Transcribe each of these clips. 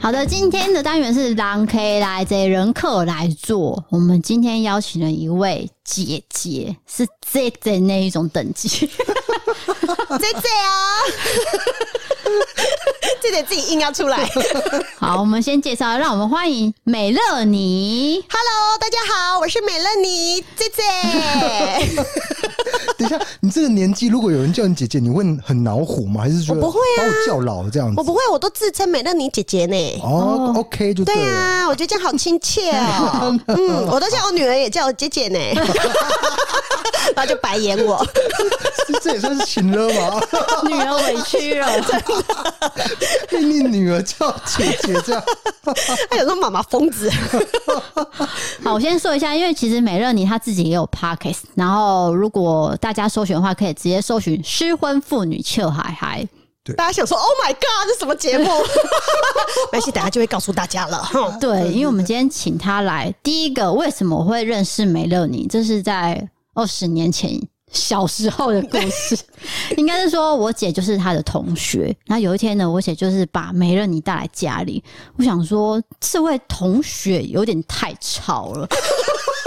好的，今天的单元是狼 K 来贼人客来做。我们今天邀请了一位姐姐，是 Z Z 那一种等 级。Z Z 啊，这得自己硬要出 来。好，我们先介绍，让我们欢迎美乐妮。 Hello，大家好，我是美乐妮 Z Z。等一下，你这个年纪，如果有人叫你姐姐，你会很恼火吗？还是觉得我不会啊把我叫老这样子？ 我不会，啊我都自称美乐妮姐姐呢。哦，OK 就对对了。啊，我觉得这样好亲切 哦、嗯，我都叫我女儿也叫我姐姐 呢，然后就白眼我。这这也算是情了吗？ 女儿委屈了，被你女儿叫姐姐 这样，她有时候妈妈疯子， 好，我先说一下，因为其实美乐妮她自己也有 podcast，然后如果大家搜寻的话，可以直接搜寻“失婚妇女俏海海大家想说 “Oh my God”，这什么节目？ 没事，等下就会告诉大家了。”。哼哦对，因为我们今天请她来，第一个为什么我会认识美乐妮，这是在二十年前小时候的故 事，应该是说我姐就是她的同学。那有一天呢，我姐就是把美乐妮带来家里，我想说这位同学有点太吵 了。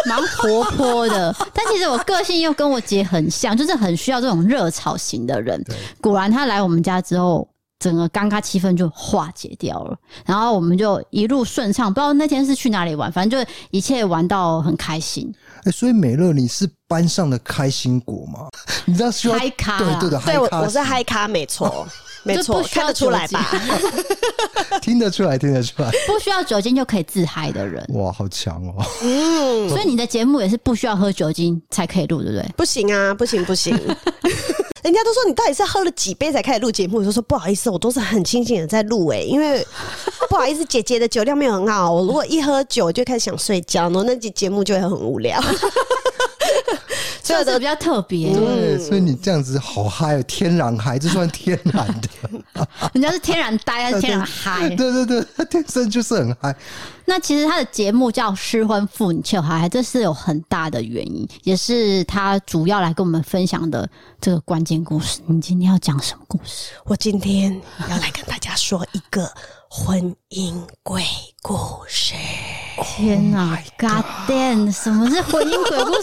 蛮活泼的，但其实我个性又跟我姐很像，就是很需要这种热吵型的人。果然，她来我们家之后，整个尴尬气氛就化解掉了。然后我们就一路顺畅，不知道那天是去哪里玩，反正就一切玩到很开心。哎所以美乐你是班上的开心果吗？你知道需要嗨咖啦对对的，对，我咖我是 嗨咖，没 错，没就错不，需要看得出来吧酒？听得出来，听得出来。不需要酒精就可以自嗨的人，哇，好强哦！嗯，所以你的节目也是不需要喝酒精才可以录，对不对？不行啊，不行不行。人家都说你到底是喝了几杯才开始录节目？我就说不好意思，我都是很清醒的在录哎、因为不好意思，姐姐的酒量没有很好，我如果一喝酒就开始想睡觉，然后那集节目就会很无聊。 所这以我个的比较特别，嗯对，所以你这样子好嗨哦，天然嗨，这算天然的。人家是天然呆， 还是天然嗨对？对对，他天生就是很嗨。那其实他的节目叫《失婚妇女俏孩孩》，这是有很大的原因，也是他主要来跟我们分享的这个关键故事。你今天要讲什么故事？我今天要来跟大家说一个婚姻鬼故事。天哪、g o d damn！什么是婚姻鬼故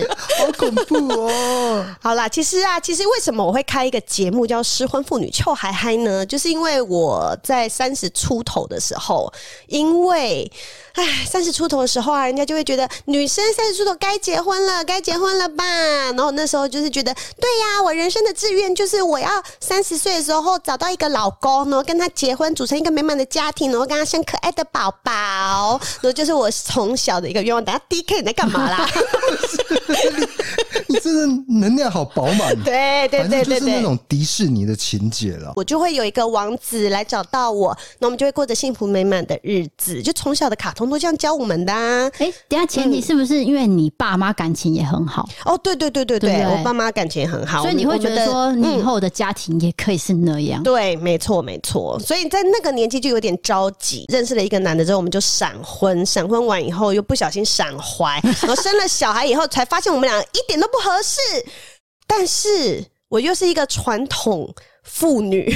事？好恐怖 哦！好啦，其实啊，其实为什么我会开一个节目叫《失婚妇女臭嗨嗨》呢？就是因为我在三十出头的时候，因为唉，三十出头的时候啊，人家就会觉得女生三十出头该结婚了，该结婚了吧？然后那时候就是觉得，对呀、我人生的志愿就是我要三十岁的时候找到一个老公，然后跟他结婚，组成一个美满的家庭，然哦后跟他生可爱的宝宝，哦然后就是我从小的一个愿望。等下 D K 你在干嘛啦？ 你真的能量好饱满。对对反对正就对是那对。种迪士尼的情节了。我就会有一个王子来找到我，那我们就会过着幸福美满的日子。就从小的卡通都这样教我们的、啊。哎、等一下前提是不是因为你爸妈感情也很好，哦，对对对对对，对不对我爸妈感情很好，所以你会我们嗯觉得说你以后的家庭也可以是那样？对，没错，没错。所以在那个年纪就有点着急，认识了一个男的之后，我们就闪婚，闪婚完以后又不小心闪怀，然后生了小孩以后才发现我们俩一点都不合适。但是我又是一个传统妇女，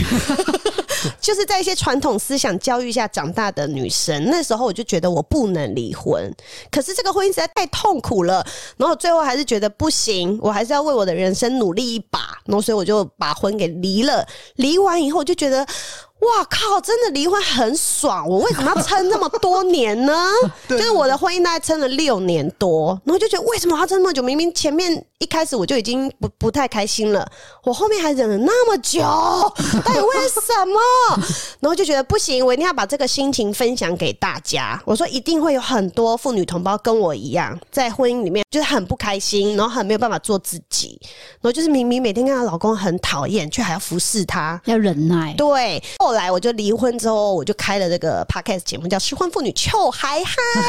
就是在一些传统思想教育下长大的女生。那时候我就觉得我不能离婚，可是这个婚姻实在太痛苦了，然后最后还是觉得不行，我还是要为我的人生努力一把，然后所以我就把婚给离了。离完以后我就觉得。哇靠！真的离婚很爽，我为什么要撑那么多年呢？就是我的婚姻大概撑了六年多，然后就觉得为什么要撑那么久？明明前面一开始我就已经不不太开心了，我后面还忍了那么久， 到底为什么？然后就觉得不行，我一定要把这个心情分享给大家。我说一定会有很多妇女同胞跟我一样，在婚姻里面就是很不开心，然后很没有办法做自己，然后就是明明每天看到老公很讨厌，却还要服侍他，要忍耐。对，后来我就离婚之后，我就开了这个 podcast 节目，叫《失婚妇女糗嗨嗨》。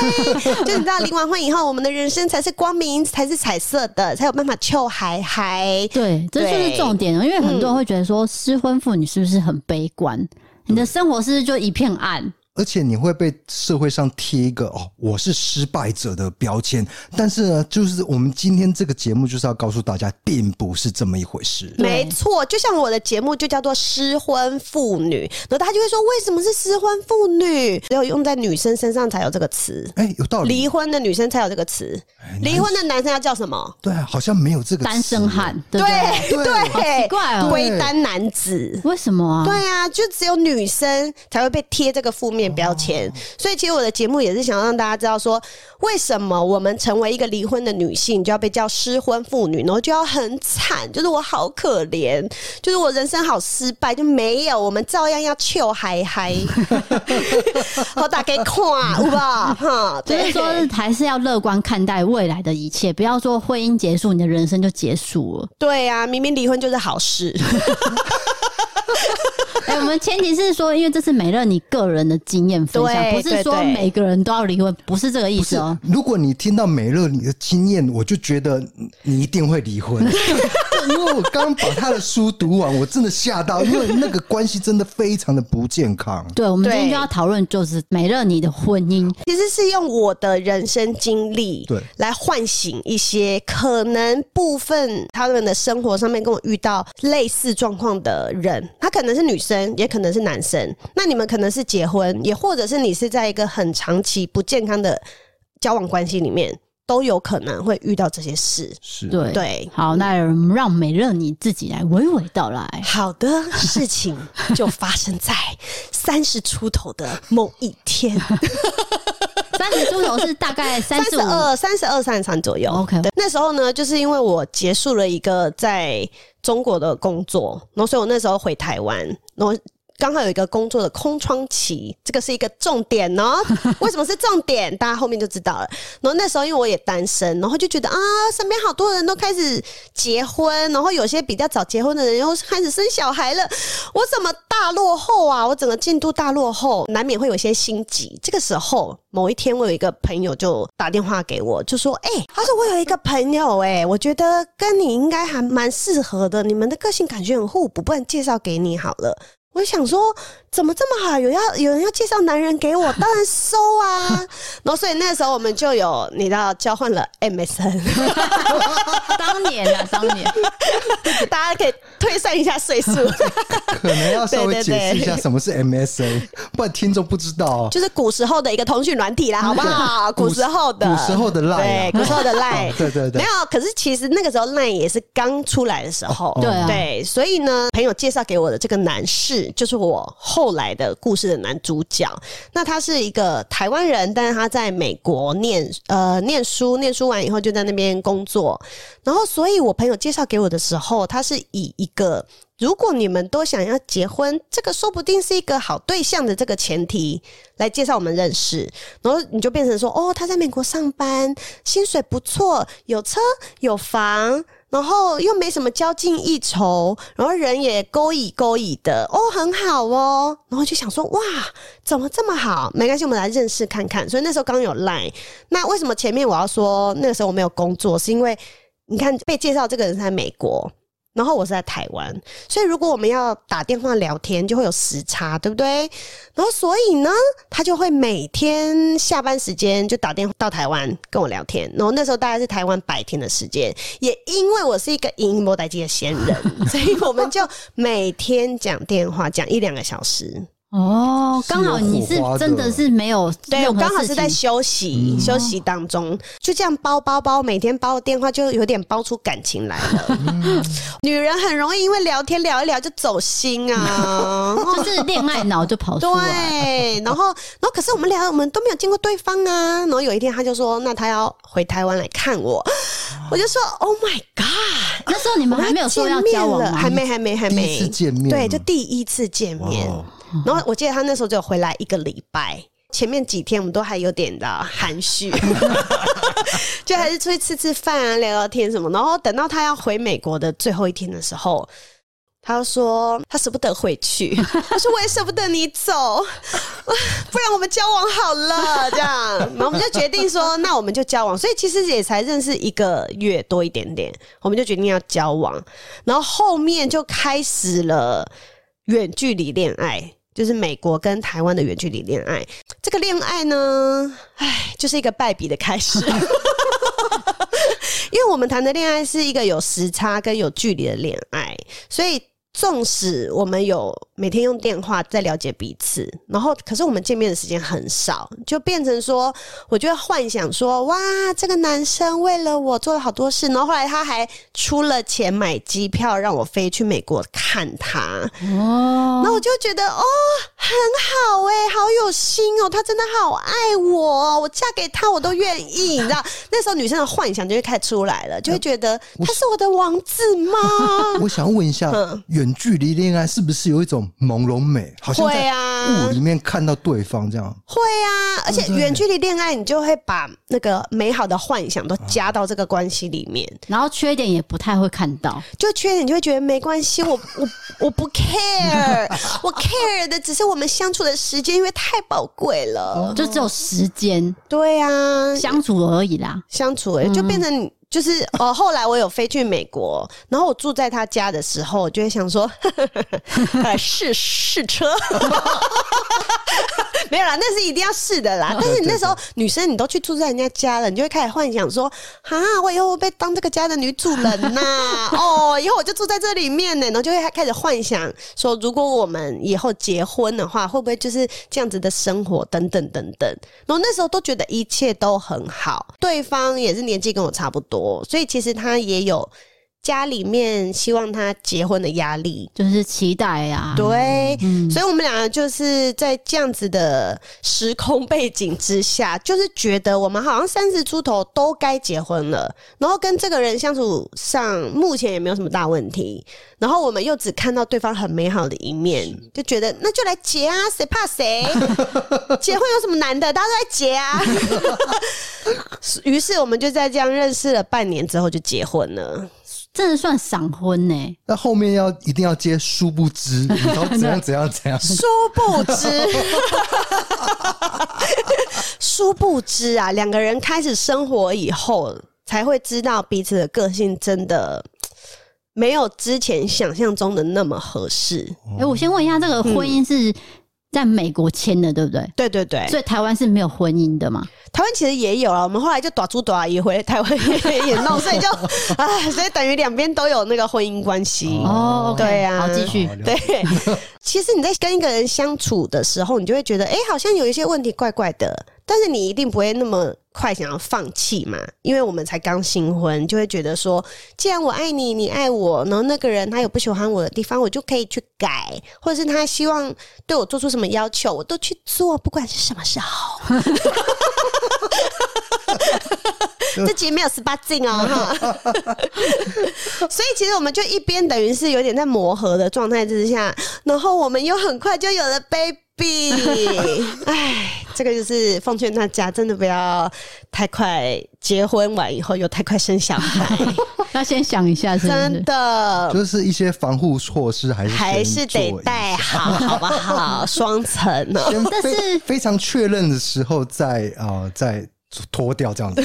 就你知道，离完婚以后，我们的人生才是光明，才是彩色的，才有办法糗嗨嗨。对，这就是对重点哦了，因为很多人会觉得说，失婚妇女是不是很悲观？你的生活是不是就一片暗？嗯而且你会被社会上贴一个哦，我是失败者的标签。但是呢，就是我们今天这个节目就是要告诉大家，并不是这么一回事。对没错，就像我的节目就叫做《失婚妇女》，然后大家就会说，为什么是失婚妇女？只有用在女生身上才有这个词，哎、有哦道理哎离。婚的女生才有这个词，哎离婚的男生要叫什么？对啊，好像没有这个单身词汉，对不对？对对，奇怪哦归单男子。为什么啊？对啊，就只有女生才会被贴这个负面标哦签，所以其实我的节目也是想让大家知道说，为什么我们成为一个离婚的女性就要被叫失婚妇女，然后就要很惨，就是我好可怜，就是我人生好失败，就没有，我们照样要秀 嗨嗨，好大家看，有吧？哈，所以对，说，还是要乐观看待未来的一切，不要说婚姻结束，你的人生就结束 了。对啊，明明离婚就是好事，哎、我们前提是说，因为这是美乐你个人的经验分享，对不是说对对每个人都要离婚，不是这个意不思是哦、，如果你听到美乐你的经验，我就觉得你一定会 离婚，因为我刚把他的书读完，我真的吓到，因为那个关系真的非常的不健康。对，我们今天对就要讨论就是美乐你的婚姻，其实是用我的人生经历对来唤醒一些可能部分他们的生活上面跟我遇到类似状况的人，他可能是女生，也可能是男生。那你们可能是结婚，也或者是你是在一个很长期不健康的交往关系里面，都有可能会遇到这些事。是，对对好，那我们让美乐你自己来娓娓道来。好的事情就发生在三十出头的某一天，三十出头是大概三三十十五二、三十二、三十三左右。 ，OK，那时候呢，就是因为我结束了一个在中国的工作，然后所以我那时候回台湾，然后刚好有一个工作的空窗期，这个是一个重点哦。为什么是重点？大家后面就知道了。然后那时候因为我也单身，然后就觉得啊，身边好多人都开始结婚，然后有些比较早结婚的人又开始生小孩了，我怎么大落后啊？我整个进度大落后，难免会有些心急。这个时候，某一天我有一个朋友就打电话给我，就说：“哎、他说我有一个朋友、哎，我觉得跟你应该还蛮适合的，你们的个性感觉很互补，不然介绍给你好了。”我想说，怎么这么好？有要有人要介绍男人给我，当然 收啊。然后，所以那时候我们就有，你知道，交换了 MSN。当年啊，当年， 大家可以推算一下岁数，可能要稍微对对对解释一下什么是 MSA，不然听众不知道哦。就是古时候的一个通讯软体啦，好不好？古古时候的，古时候的 Line 啊对，古时候的赖哦， 对对对没有。可是其实那个时候 Line 也是刚出来的时候，哦对啊，对，所以呢，朋友介绍给我的这个男士，就是我后来的故事的男主角。那他是一个台湾人，但是他在美国念呃念书，念书完以后就在那边工作。然后，所以我朋友介绍给我的时候，他是以一个。如果你们都想要结婚，这个说不定是一个好对象的这个前提来介绍我们认识，然后你就变成说，哦，他在美国上班，薪水不错，有车有房，然后又没什么交际应酬，然后人也勾引勾引的，哦，很好哦。然后就想说，哇，怎么这么好？没关系，我们来认识看看。所以那时候刚有 Line，那为什么前面我要说那个时候我没有工作，是因为你看被介绍这个人是在美国。然后我是在台湾，所以如果我们要打电话聊天，就会有时差，对不对？然后所以呢，他就会每天下班时间就打电话到台湾跟我聊天。然后那时候大概是台湾白天的时间，也因为我是一个隐隐摸待机的闲人， 所以我们就每天讲电话，讲一两个小时。哦，刚好你是是有火花的真的是没有对，我任何刚好是嗯事在情休息、休息当中，就这样包包包，每天包的电话就有点包出感情来 了。女人很容易因为聊天聊一聊就走心 啊。 就是恋爱脑就跑出来。对，然后，然后可是我们聊，我们都没有见过对方啊。然后有一天，他就说，那他要回台湾来看我，我就说，Oh my God，那时候你们哦还没有说要见交面往了，吗？还没，还没，还第没一次见面，对，就第一次见面。哇哦然后我记得他那时候只有回来一个礼拜，前面几天我们都还有点的含 蓄，就还是出去吃吃饭啊、聊聊天什么。然后等到他要回美国的最后一天的时候。他就说他舍不得回 去，他说我也舍不得你走， 不然我们交往好了，这样，然后我们就决定说，那我们就交往。所以其实也才认识一个月多一点点，我们就决定要交往。然后后面就开始了远距离恋爱，就是美国跟台湾的远距离恋爱。这个恋爱呢，唉，就是一个败笔的开始。 因为我们谈的恋爱是一个有时差跟有距离的恋爱，所以纵使我们有每天用电话在了解彼此，然后可是我们见面的时间很少，就变成说，我就会幻想说，哇，这个男生为了我做了好多事，然后后来他还出了钱买机票让我飞去美国看他，哦，那我就觉得哦，很好哎、好有心哦、他真的好爱我哦、我嫁给他我都愿意，你知道？那时候女生的幻想就会开始出来了，就会觉得他是我的王子吗？我想问一下，嗯远距离恋爱是不是有一种朦胧美？好像会在啊雾，里面看到对方这样。会啊，而且远距离恋爱，你就会把那个美好的幻想都加到这个关系里面。然后缺点也不太会看到，就缺点，你就会觉得没关系，我我我不 care，我 care 的只是我们相处的时间，因为太宝贵了。就只有时间对啊，相处而已啦。相处、欸，就变成就是哦、呃后来我有飞去美国，然后我住在他家的时候，我就会想说， 呃试试车， 没有啦，那是一定要试的啦。但是你那时候女生，你都去住在人家家了，你就会开始幻想说，哈，我以后会被当这个家的女主人呐、哦，以后我就住在这里面呢、然后就会开始幻想说，如果我们以后结婚的话，会不会就是这样子的生活，等等等等。然后那时候都觉得一切都很好，对方也是年纪跟我差不多，所以其实他也有家里面希望他结婚的压力，就是期待呀、啊，对，所以我们两个就是在这样子的时空背景之下，就是觉得我们好像三十出头都该结婚了，然后跟这个人相处上目前也没有什么大问题，然后我们又只看到对方很美好的一面，就觉得那就来结啊，谁怕谁？结婚有什么难的？大家都在结啊。 于是我们就在这样认识了半年之后就结婚了。真的算闪婚呢、那后面要一定要接，殊不 知，然后怎样怎样怎样，殊不知， 殊不知啊，两个人开始生活以后，才会知道彼此的个性真的没有之前想象中的那么合适。哎、我先问一下，这个婚姻是在美国签的，对不对？对对对，所以台湾是没有婚姻的嘛？台湾其实也有啊，我们后来就短租短也回台湾也弄，所以就 啊，所以等于两边都有那个婚姻关系。哦，对啊好，继续。对， 其实你在跟一个人相处的时候，你就会觉得，哎、好像有一些问题怪怪的，但是你一定不会那么快想要放弃嘛，因为我们才刚新婚，就会觉得说，既然我爱你，你爱我，然后那个人他有不喜欢我的地方，我就可以去改，或者是他希望对我做出什么要求，我都去做，不管是什么时候。这集没有十八禁哦，哈。 所以其实我们就一边等于是有点在磨合的状态之下，然后我们又很快就有了 baby。哎，这个就是奉劝大家，真的不要太快结婚完以后又太快生小 孩，要先想一下，是不真是？的。就是一些防护措施还是还是先得做一下带好，好不好？双层哦呢？先但是非非常 确认的时候再啊、呃再脱掉这样子。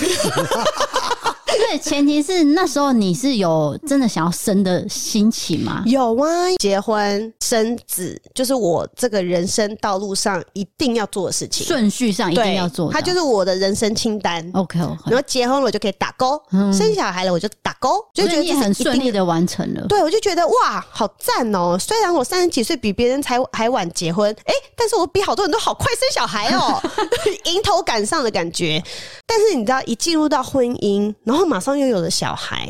对，以前提是那时候你是有真的想要生的心情吗？有啊，结婚生子就是我这个人生道路上一定要做的事情，顺序上一定对要做到，它就是我的人生清单。 OK 哦然 OK，后结婚了我就可以打勾，生小孩了我就打勾，就觉所以嗯你得这是很一定顺利的完成了。对，我就觉得哇，好赞哦！虽然我三十几岁比别人才还晚结婚，诶，但是我比好多人都好快生小孩哦， 迎头赶上的感觉。但是你知道，一进入到婚姻，然后马上又有了小孩，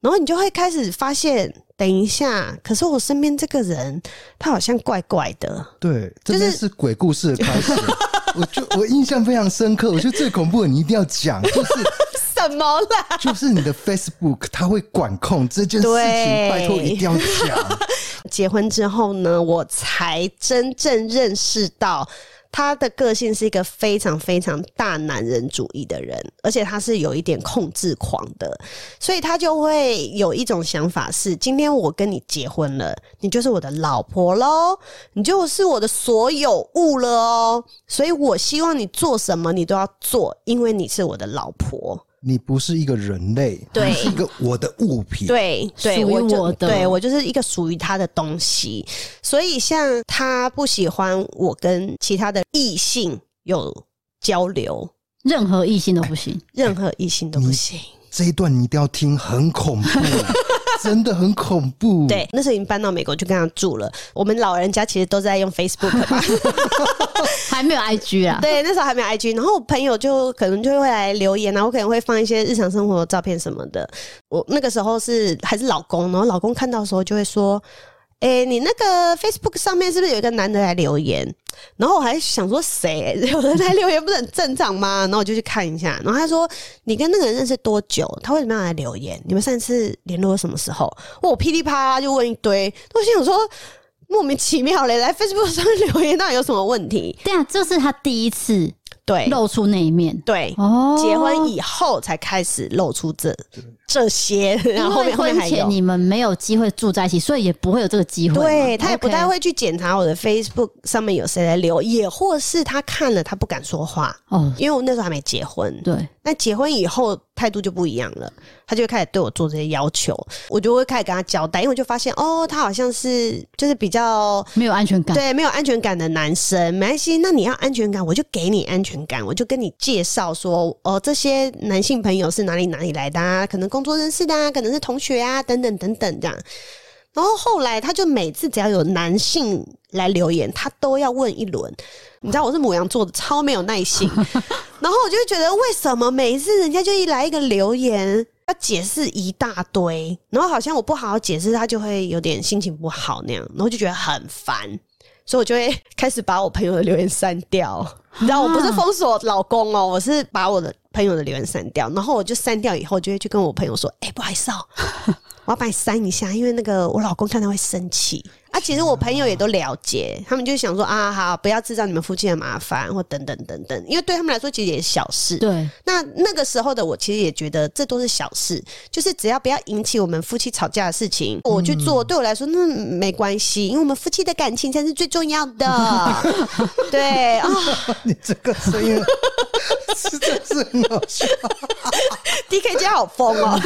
然后你就会开始发现，等一下，可是我身边这个人，他好像怪怪的。对，这边是鬼故事的开始。我就我印象非常深刻，我觉得最恐怖的你一定要讲，就是什么啦？就是你的 Facebook 它会管控这件事情，对拜托一定要讲。结婚之后呢，我才真正认识到他的个性是一个非常非常大男人主义的人，而且他是有一点控制狂的，所以他就会有一种想法是：今天我跟你结婚了，你就是我的老婆喽，你就是我的所有物了哦。所以我希望你做什么，你都要做，因为你是我的老婆。你不是一个人类，对你是一个我的物品。，对，对属于我就我的对我就是一个属于他的东西。所以像他不喜欢我跟其他的异性有交流，任何异性都不行。任何异性都不行。这一段你一定要听，很恐 怖，真的很恐怖。嗯对，，那时候已经搬到美国，就跟他住了。我们老人家其实都在用 Facebook 吧，还没有 IG 啊？ 对，那时候还没有 IG，然后我朋友就可能就会来留言啊，我可能会放一些日常生活的照片什么的。我那个时候是还是老公，然后老公看到的时候就会说：“哎、你那个 Facebook 上面是不是有一个男的来留言？”然后我还想说谁 有人来留言不是很正常吗？然后我就去看一下，然后他说：“你跟那个人认识多久？他为什么要来留言？你们上次联络什么时候？”哇我噼里啪啦就问一堆，我心想说。莫名其妙嘞，来 Facebook 上面留言，那有什么问题？对啊，这是他第一次对，露出那一面对，哦。哎结婚以后才开始露出这这些，然因后后为面后面婚还前有。你们没有机会住在一起，所以也不会有这个机会嘛。对他也不太 OK 会去检查我的 Facebook 上面有谁来留，也或是他看了他不敢说话，哦。因为我那时候还没结婚。对，那结婚以后态度就不一样了，他就会开始对我做这些要求，我就会开始跟他交代，因为我就发现哦，他好像是就是比较没有安全感。对，没有安全感的男生，没关系。那你要安全感，我就给你安全感，我就跟你介绍说，哦，这些男性朋友是哪里哪里来的啊？可能工作认识的啊，可能是同学啊，等等等等这样。然后后来他就每次只要有男性来留言，他都要问一轮。你知道我是母羊座的，超没有耐 心。然后我就会觉得，为什么每一次人家就一来一个留言，要解释一大堆，然后好像我不好好解释，他就会有点心情不好那样，然后就觉得很烦。所以我就会开始把我朋友的留言删掉，你知道我不是封锁老公哦，我是把我的朋友的留言删掉，然后我就删掉以后，就会去跟我朋友说，哎、不好意思哦，我要把你删一下，因为那个我老公看到会生气啊。其实我朋友也都了解，他们就想说啊，好，不要制造你们夫妻的麻烦，或等等等等，因为对他们来说其实也是小事。对，那那个时候的我，其实也觉得这都是小事，就是只要不要引起我们夫妻吵架的事情，我去做，嗯对我来说那没关系，因为我们夫妻的感情才是最重要的。 对啊、你这个声音 真的是很好笑， d k 姐好疯哦，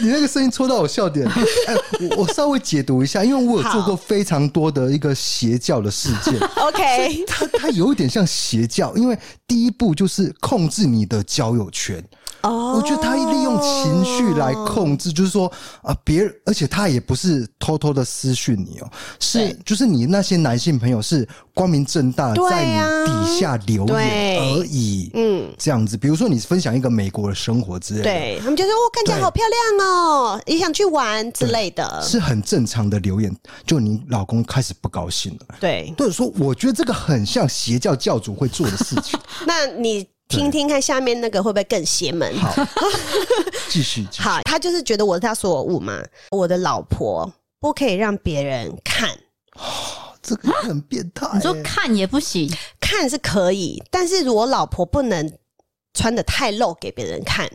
你那个声音戳到我笑点。哎，我我稍微解读一下，因为我有做过非常多的一个邪教的事 件。 OK，它它有一点像邪教，因为第一步就是控制你的交友圈。哦我觉得他利用情绪来控制，就是说啊，别人，而且他也不是偷偷的私讯你哦、是就是你那些男性朋友是光明正大对在啊你底下留言对而已，嗯，这样子。比如说你分享一个美国的生活之类的，对他们就说哦，看起来对好漂亮哦，也想去玩之类的，是很正常的留言，就你老公开始不高兴了。对。对，说我觉得这个很像邪教教主会做的事情。 那你听听看下面那个会不会更邪门？好，继续，继续好，他就是觉得我是他所有物嘛，我的老婆不可以让别人看。这个很变态、你说欸看也不行，看是可以，但是我老婆不能穿的太露给别人看。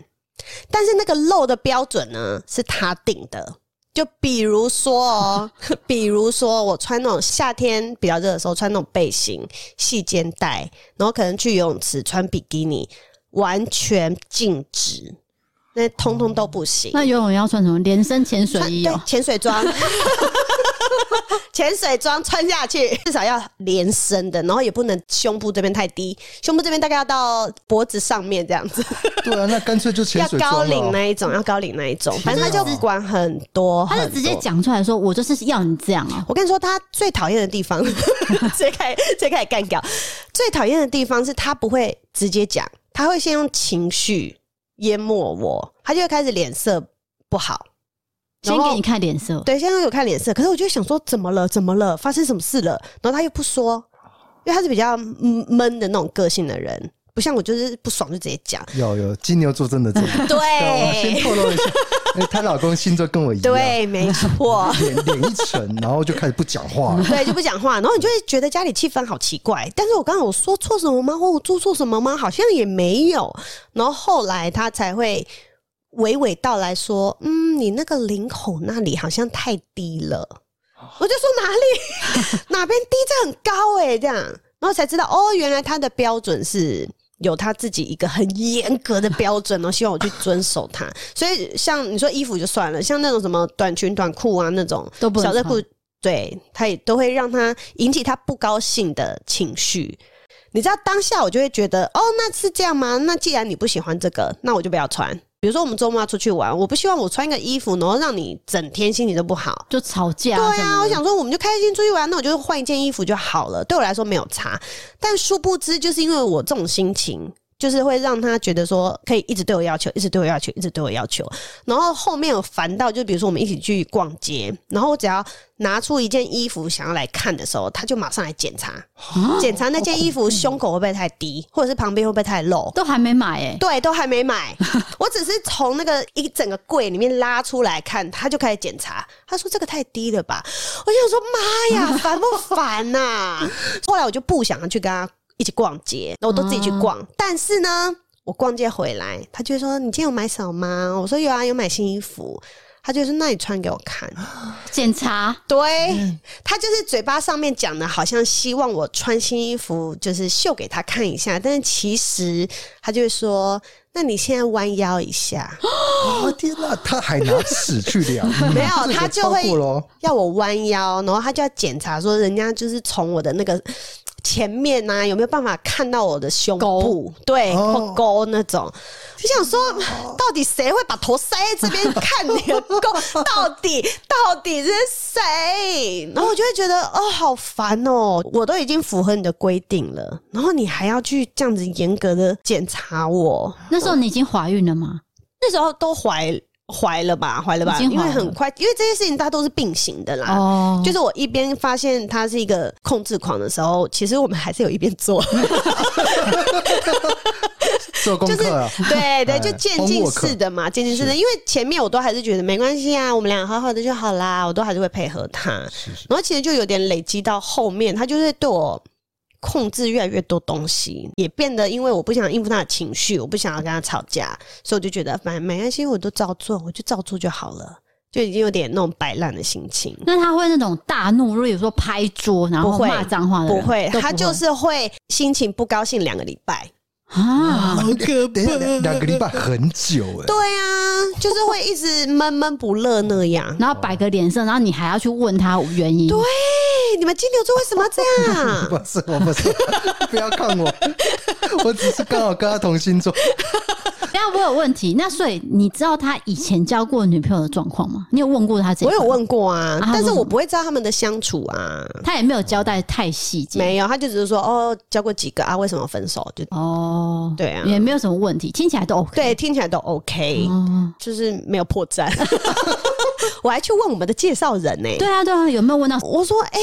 但是那个露的标准呢，是她定的。就比如说哦， 比如说我穿那种夏天比较热的时候穿那种背心、细肩带，然后可能去游泳池穿比基尼，完全禁止。那通通都不行。那游泳要穿什么？连身潜水穿衣啊哦对、潜水装， 潜水装穿下去至少要连身的，然后也不能胸部这边太低，胸部这边大概要到脖子上面这样子，对啊，那干脆就潜要水高装领了。那一种，要高领那一种，反正他天啊就管很多，他很就直接多。讲出来说：“我就是要你这样啊我跟你说，他最讨厌的地方， 最开最开始干掉，最讨厌的地方是他不会直接讲，他会先用情绪淹没我，他就会开始脸色不好，！”然先后给你看脸色，对，现在有看脸色，可是我就想说，怎么了？怎么了？发生什么事了？然后他又不说，因为他是比较闷闷的那种个性的人，不像我，就是不爽就直接讲。有有，金牛座真的这样。我啊先对，透露一下，哎她老公星座跟我一样，，对，没错 脸脸一沉，然后就开始不讲话了。对，就不讲话，然后你就会觉得家里气氛好奇怪。但是我刚刚有说错什么吗？或我做错什么吗？好像也没有。然后后来他才会娓娓道来说：“嗯，你那个领口那里好像太低了。”我就说哪 里哪边低，这很高哎、这样，然后才知道哦，原来他的标准是有他自己一个很严格的标准哦，希望我去遵守他。所以像你说衣服就算了，像那种什么短裙、短裤啊那种都不能小热裤穿，对，他也都会让他引起他不高兴的情绪。你知道当下我就会觉得，哦，那是这样吗？那既然你不喜欢这个，那我就不要穿。比如说我们周末要出去玩，我不希望我穿一个衣服，然后让你整天心情都不好。就吵架对什啊，么我的。想说我们就开心出去玩，那我就换一件衣服就好了。对我来说没有差，但殊不知就是因为我这种心情，就是会让他觉得说可以一直对我要求，一直对我要求，一直对我要求。然后后面有烦到，就比如说我们一起去逛街，然后我只要拿出一件衣服想要来看的时候，他就马上来检查，哦检查那件衣服胸口会不会太低，或者是旁边会不会太露。都还没买哎、对，都还没买，我只是从那个一整个柜里面拉出来看，他就开始检查。他说这个太低了吧？我就想说妈呀，烦不烦呐、 后来我就不想要去跟他一起逛街，我都自己去逛。但是呢，我逛街回来，他就会说你今天有买什么吗？我说有啊，有买新衣服。他就说：“那你穿给我看。检查对”他就是嘴巴上面讲的，好像希望我穿新衣服，就是秀给他看一下。但是其实他就会说：“那你现在弯腰一下。”哦天哪，她还拿尺去量， 没有这个她就超会过 咯要我弯腰，然后他就要检查说人家就是从我的那个前面呐、有没有办法看到我的胸部，对，哦或沟那种。就想说，到底谁会把头塞在这边看你的沟？到底到底是谁？然后我就会觉得，哦，好烦哦！我都已经符合你的规定了，然后你还要去这样子严格的检查我。那时候你已经怀孕了吗？那时候都怀怀了吧，怀了吧，已经因为怀了很快，因为这些事情它都是并行的啦。哦，就是我一边发现他是一个控制狂的时候，其实我们还是有一边做，做功就是课啊。对对，哎就渐进 homework 式的嘛，渐进式的。因为前面我都还是觉得没关系啊，我们俩好好的就好啦，我都还是会配合他。然后其实就有点累积到后面，他就是对我控制越来越多东西，也变得因为我不想应付他的情绪，我不想要跟他吵架，所以我就觉得反正没关系，我都照做，我就照做就好了，就已经有点那种摆烂的心情。那他会那种大怒，如果说拍桌然后不会骂脏话的不人，会，都他就是会心情不高兴两个礼拜。啊，可等一下两两个礼拜很久哎、对啊，就是会一直闷闷不乐那 样。然后摆个脸色，然后你还要去问他原因，对，哎，你们金牛座为什么要这样？ 不是，我不是， 不要看我，我只是刚好跟他同星座。那我有问题，那所以你知道他以前交过女朋友的状况吗？你有问过他这？我有，问过啊，啊但为是什么我不会知道他们的相处啊。他也没有交代太细节。没有，他就只是说哦，交过几个啊，为什么分手？就哦，对啊也没有什么问题，听起来都 OK。对，听起来都 OK，、哦，就是没有破 绽。我还去问我们的介绍人呢、对啊，对啊，有没有问到？我说：“哎、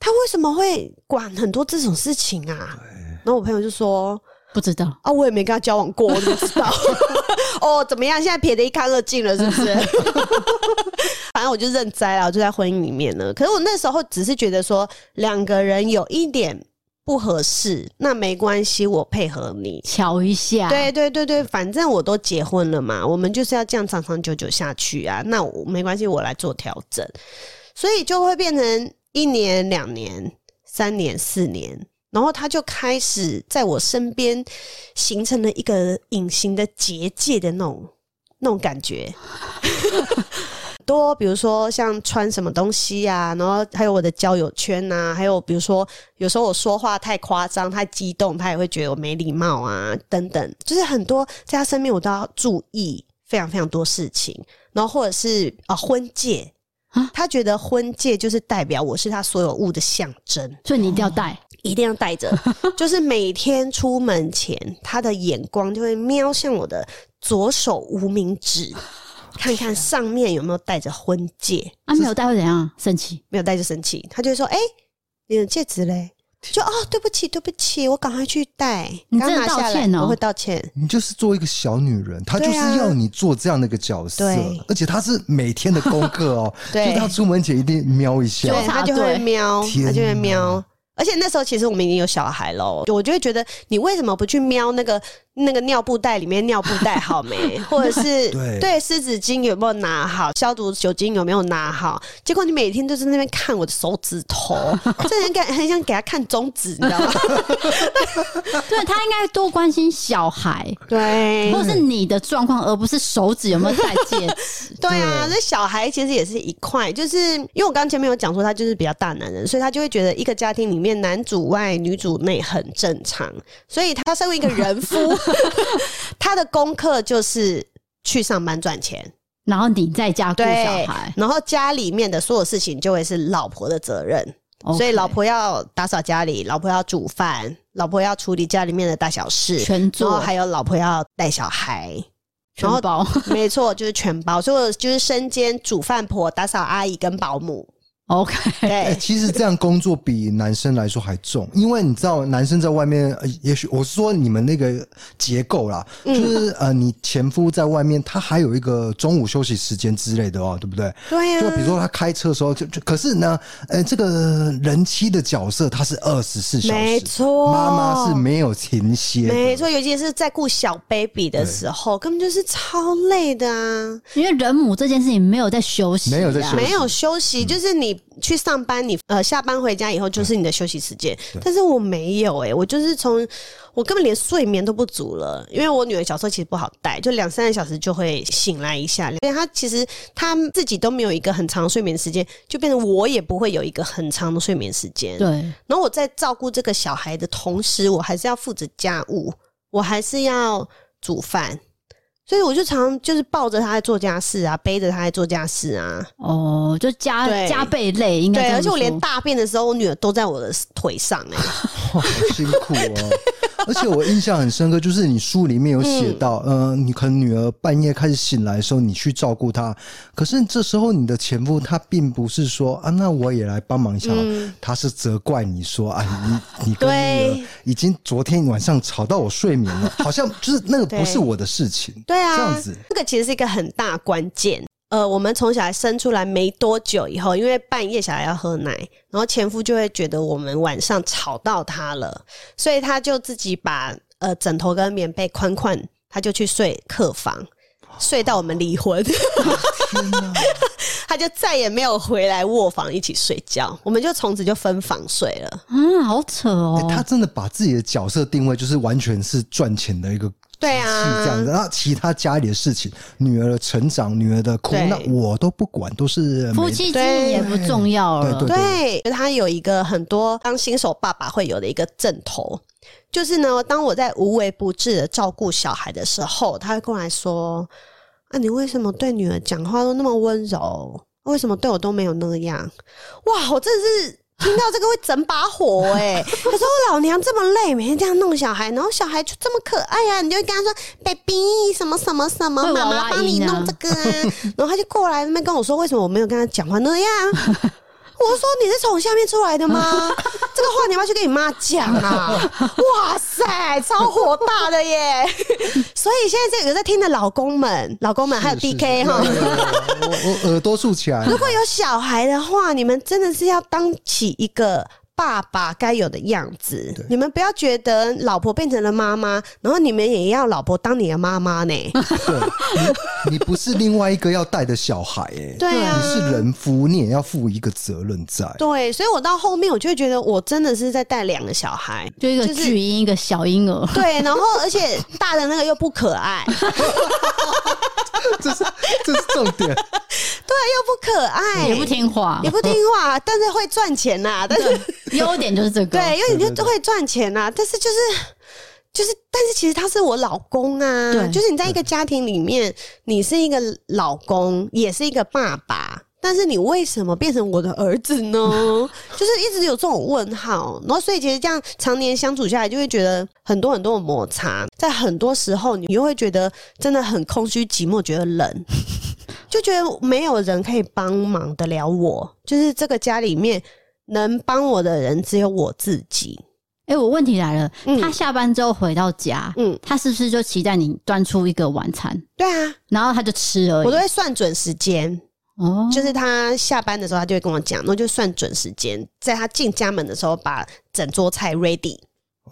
他为什么会管很多这种事情啊？”然后我朋友就说：“不知道，啊，我也没跟他交往过，我怎么知道？ 哦，怎么样？现在撇得一干二净了，是不是？ 反正我就认栽了，我就在婚姻里面了。可是我那时候只是觉得说，两个人有一点不合适，那没关系，我配合你。瞧一下。，对对对对，反正我都结婚了嘛，我们就是要这样长长久久下去啊。那我没关系，我来做调整，所以就会变成一年、两年、三年、四年，然后他就开始在我身边形成了一个隐形的结界的那种那种感觉。多，比如说像穿什么东西啊，然后还有我的交友圈啊，还有比如说有时候我说话太夸张、太激动，他也会觉得我没礼貌啊，等等，就是很多在他身边我都要注意非常非常多事情，然后或者是啊婚戒啊。他觉得婚戒就是代表我是他所有物的象征，所以你一定要带。一定要带 着。就是每天出门前，他的眼光就会瞄向我的左手无名 指，看看上面有没有带着婚戒。啊，没有带会怎样？生气？没有戴就生气，他就会说：“哎、你的戒指嘞？”就哦，对不起，对不起，我赶快去戴，啊你刚真的拿下道来歉，哦我会道歉。你就是做一个小女人，她就对是啊要你做这样的一个角色对，而且她是每天的功课哦，就 对是她出门前一定瞄一下纠，哦对，察他就队会瞄，天他就会哪瞄。而且那时候其实我们已经有小孩喽，我就会觉得你为什么不去瞄那个那个尿布袋里面尿布袋好没，或者是 对对湿纸巾有没有拿好，消毒酒精有没有拿好？结果你每天都是那边看我的手指 头，这很感很想给他看中指，你知道吗？对他应该多关心小孩， 对或是你的状况，而不是手指有没有戴戒指。对啊，那小孩其实也是一块，就是因为我刚前面有讲说他就是比较大男人，所以他就会觉得一个家庭里面男主外女主内很正常，所以他身为一个人 夫， 他的功课就是去上班赚钱，然后你在家顾对小孩，，然后家里面的所有事情就会是老婆的责任。所以 OK，老婆要打扫家里，老婆要煮饭，老婆要处理家里面的大小事，全然后做还有老婆要带小孩，全然后包。 没错，就是全包，所以我就是身兼煮饭婆、打扫阿姨跟保姆。 OK， 哎、对，其实这样工作比男生来说还重， 因为你知道，男生在外面，呃、也许我是说你们那个结构啦，嗯就是呃，你前夫在外面，他还有一个中午休息时间之类的哦，对不对？啊对呀、就比如说他开车的时候，就就可是呢，呃，这个人妻的角色他是二十四小没时，错，妈妈是没有停歇的，没错，尤其是在顾小 baby 的时候，根本就是超累的啊，因为人母这件事情没有在休息啊，没有在休息没有休息，就是你去上班，你呃下班回家以后就是你的休息时间，但是我没有哎、我就是从。我根本连睡眠都不足了，因为我女儿小时候其实不好带，就两三个小时就会醒来一下。所以她其实她自己都没有一个很长的睡眠时间，就变成我也不会有一个很长的睡眠时间。对，然后我在照顾这个小孩的同时，我还是要负责家务，我还是要煮饭，所以我就常就是抱着他在做家事啊，背着他在做家事啊。哦，就加对加倍累，应该这对，样而且我连说大便的时候，我女儿都在我的腿上哎、哇，好辛苦 哦。而且我印象很深刻，就是你书里面有写到，嗯呃，你可能女儿半夜开始醒来的时候，你去照顾她，可是这时候你的前夫他并不是说啊，那我也来帮忙一下，嗯嗯他是责怪你说啊， 你你跟对女儿已经昨天晚上吵到我睡眠了，好像就是那个不是对我的事情，对啊，这样子这个其实是一个很大关键。呃，我们从小孩生出来没多久以后，因为半夜小孩要喝奶，然后前夫就会觉得我们晚上吵到他了，所以他就自己把呃枕头跟棉被宽宽，他就去睡客房，睡到我们离婚，哦天哪， 他就再也没有回来卧房一起睡觉，我们就从此就分房睡了。啊，好扯欸他哦。真的把自己的角色定位就是完全是赚钱的一个。对是这样啊子，，那其他家里的事情，女儿的成长、女儿的苦对那我都不管，都是夫没妻经营也不重要了，对呃对，他有一个很多当新手爸爸会有的一个阵头，就是呢，当我在无微不至的照顾小孩的时候，他会过来说：“啊，你为什么对女儿讲话都那么温柔？为什么对我都没有那样？”哇，我真的是。听到这个会整把火哎、可是我老娘这么累，每天这样弄小孩，然后小孩就这么可爱啊，你就会跟他说 baby 什么什么什么，会妈娃妈娃帮你音啊弄这个啊，然后他就过来那边跟我说，为什么我没有跟他讲话那样？我就说你是从我下面出来的吗？ 这个话你要不要去跟你妈讲啊？哇塞，超火大的 耶！所以现在这个有在听的老公们、老公们还有 DK 哈，是是是我我耳朵竖起来了如。果有小孩的话，你们真的是要当起一个。爸爸该有的样子，你们不要觉得老婆变成了妈妈，然后你们也要老婆当你的妈妈 呢。对，你你不是另外一个要带的小孩哎、对啊你是人夫，你也要负一个责任在。对，所以我到后面我就会觉得，我真的是在带两个小孩，就一个就是巨婴，一个小婴儿。对，然后而且大的那个又不可爱，重点。不可爱，也不，听话也，不听话，但是会赚钱呐、但是 优点就是这个。对，因为对你对就对会赚钱呐、但是就是就是，但是其实他是我老公啊，对就是你在一个家庭里面，你是一个老公，也是一个爸爸。但是你为什么变成我的儿 子呢？就是一直有这种问号，然后所以其实这样常年相处下来，就会觉得很多很多的摩擦，在很多时候你又会觉得真的很空虚、寂寞，觉得冷， 就觉得没有人可以帮忙得了我，就是这个家里面能帮我的人只有我自己。哎、我问题来了，嗯他下班之后回到家，嗯，他是不是就期待你端出一个晚餐，对啊，然后他就吃而已？我都会算准时间，哦，就是他下班的时候，他就会跟我讲，那就算准时间，在他进家门的时候把整桌菜 ready，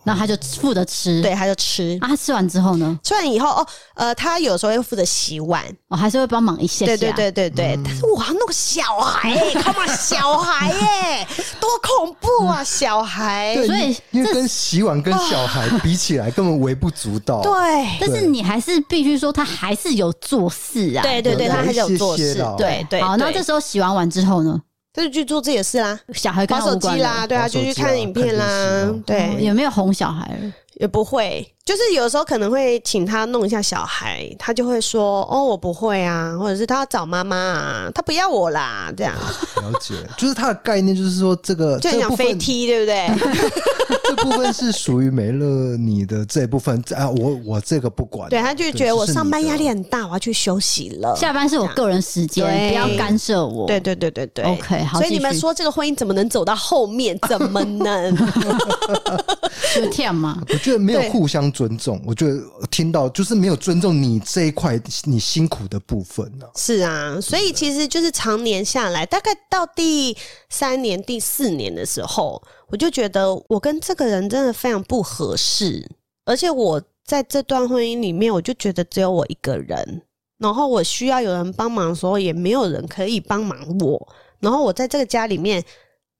然后他就负责吃。对，他就吃。啊，他吃完之后呢，吃完以后哦，呃，他有时候会负责洗碗，我还是会帮忙一下下。对对对对对，但是我要弄小孩、欸，干嘛小孩耶、多恐怖啊，小孩。对，所以因为这跟洗碗跟小孩比起来，根本微不足道。对但是你还是必须说，他还是有做事啊。对对对，有他有还一是有些做些事啦，对对。好，那对这时候洗完碗之后呢，他就去做自己的事啦，小孩跟玩他手无关机了啦，对啊，玩就手去机啊看影片啦看电视啊，哦对，也没有哄小孩了。也不会，就是有时候可能会请他弄一下小孩，他就会说：“哦，我不会啊，或者是他要找妈妈啊，他不要我啦。” 这样了解，就是它的概念，就是说这个就这很个想部飞分，踢，对不对？ 这部分是属于梅勒你的这一部分啊，我我这个不管，对，他就觉得这我是你上班的压力很大，我要去休息了。下班是我个人时间，对不要干涉我。对对对对对 OK，好所以你们继续说这个婚姻怎么能走到后面？怎么能？就跳嘛。我觉得没有对互相尊重，我觉得听到就是没有尊重你这一块你辛苦的部分呢、是啊，所以其实就是常年下来，大概到第三年、第四年的时候，我就觉得我跟这个人真的非常不合适，而且我在这段婚姻里面，我就觉得只有我一个人，然后我需要有人帮忙的时候，也没有人可以帮忙我，然后我在这个家里面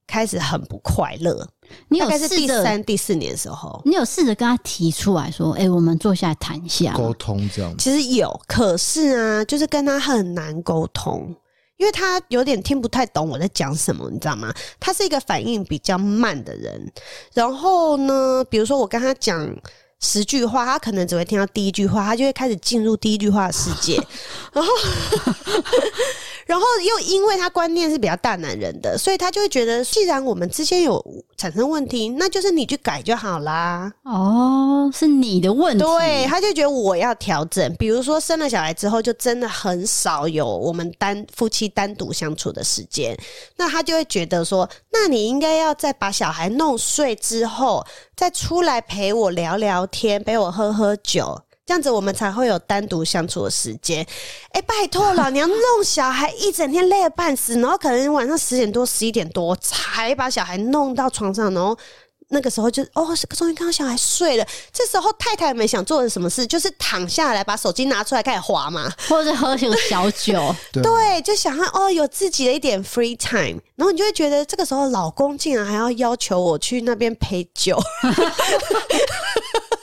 开始很不快乐，你大有概是试第着，三、第四年的时候。你有试着跟他提出来说，哎、我们坐下来谈一下。沟通这样子。其实有，可是啊，就是跟他很难沟通，因为他有点听不太懂我在讲什么，你知道吗？他是一个反应比较慢的人。然后呢，比如说我跟他讲十句话，他可能只会听到第一句话，他就会开始进入第一句话的世界。然后，然后又因为他观念是比较大男人的，所以他就会觉得，既然我们之间有产生问题，那就是你去改就好啦。哦，是你的问题。对，他就觉得我要调整，比如说生了小孩之后，就真的很少有我们单夫妻单独相处的时间，那他就会觉得说，那你应该要再把小孩弄睡之后，再出来陪我聊聊天，陪我喝喝酒。这样子我们才会有单独相处的时间。哎、拜托了，你要弄小孩一整天累得半死，然后可能晚上十点多、十一点多才把小孩弄到床上，然后那个时候就哦，终于看到小孩睡了。这时候太太们想做的什么事，就是躺下来把手机拿出来开始滑嘛。或者是喝些小 酒，对啊对，就想要哦有自己的一点 free time，然后你就会觉得这个时候老公竟然还要要求我去那边陪酒，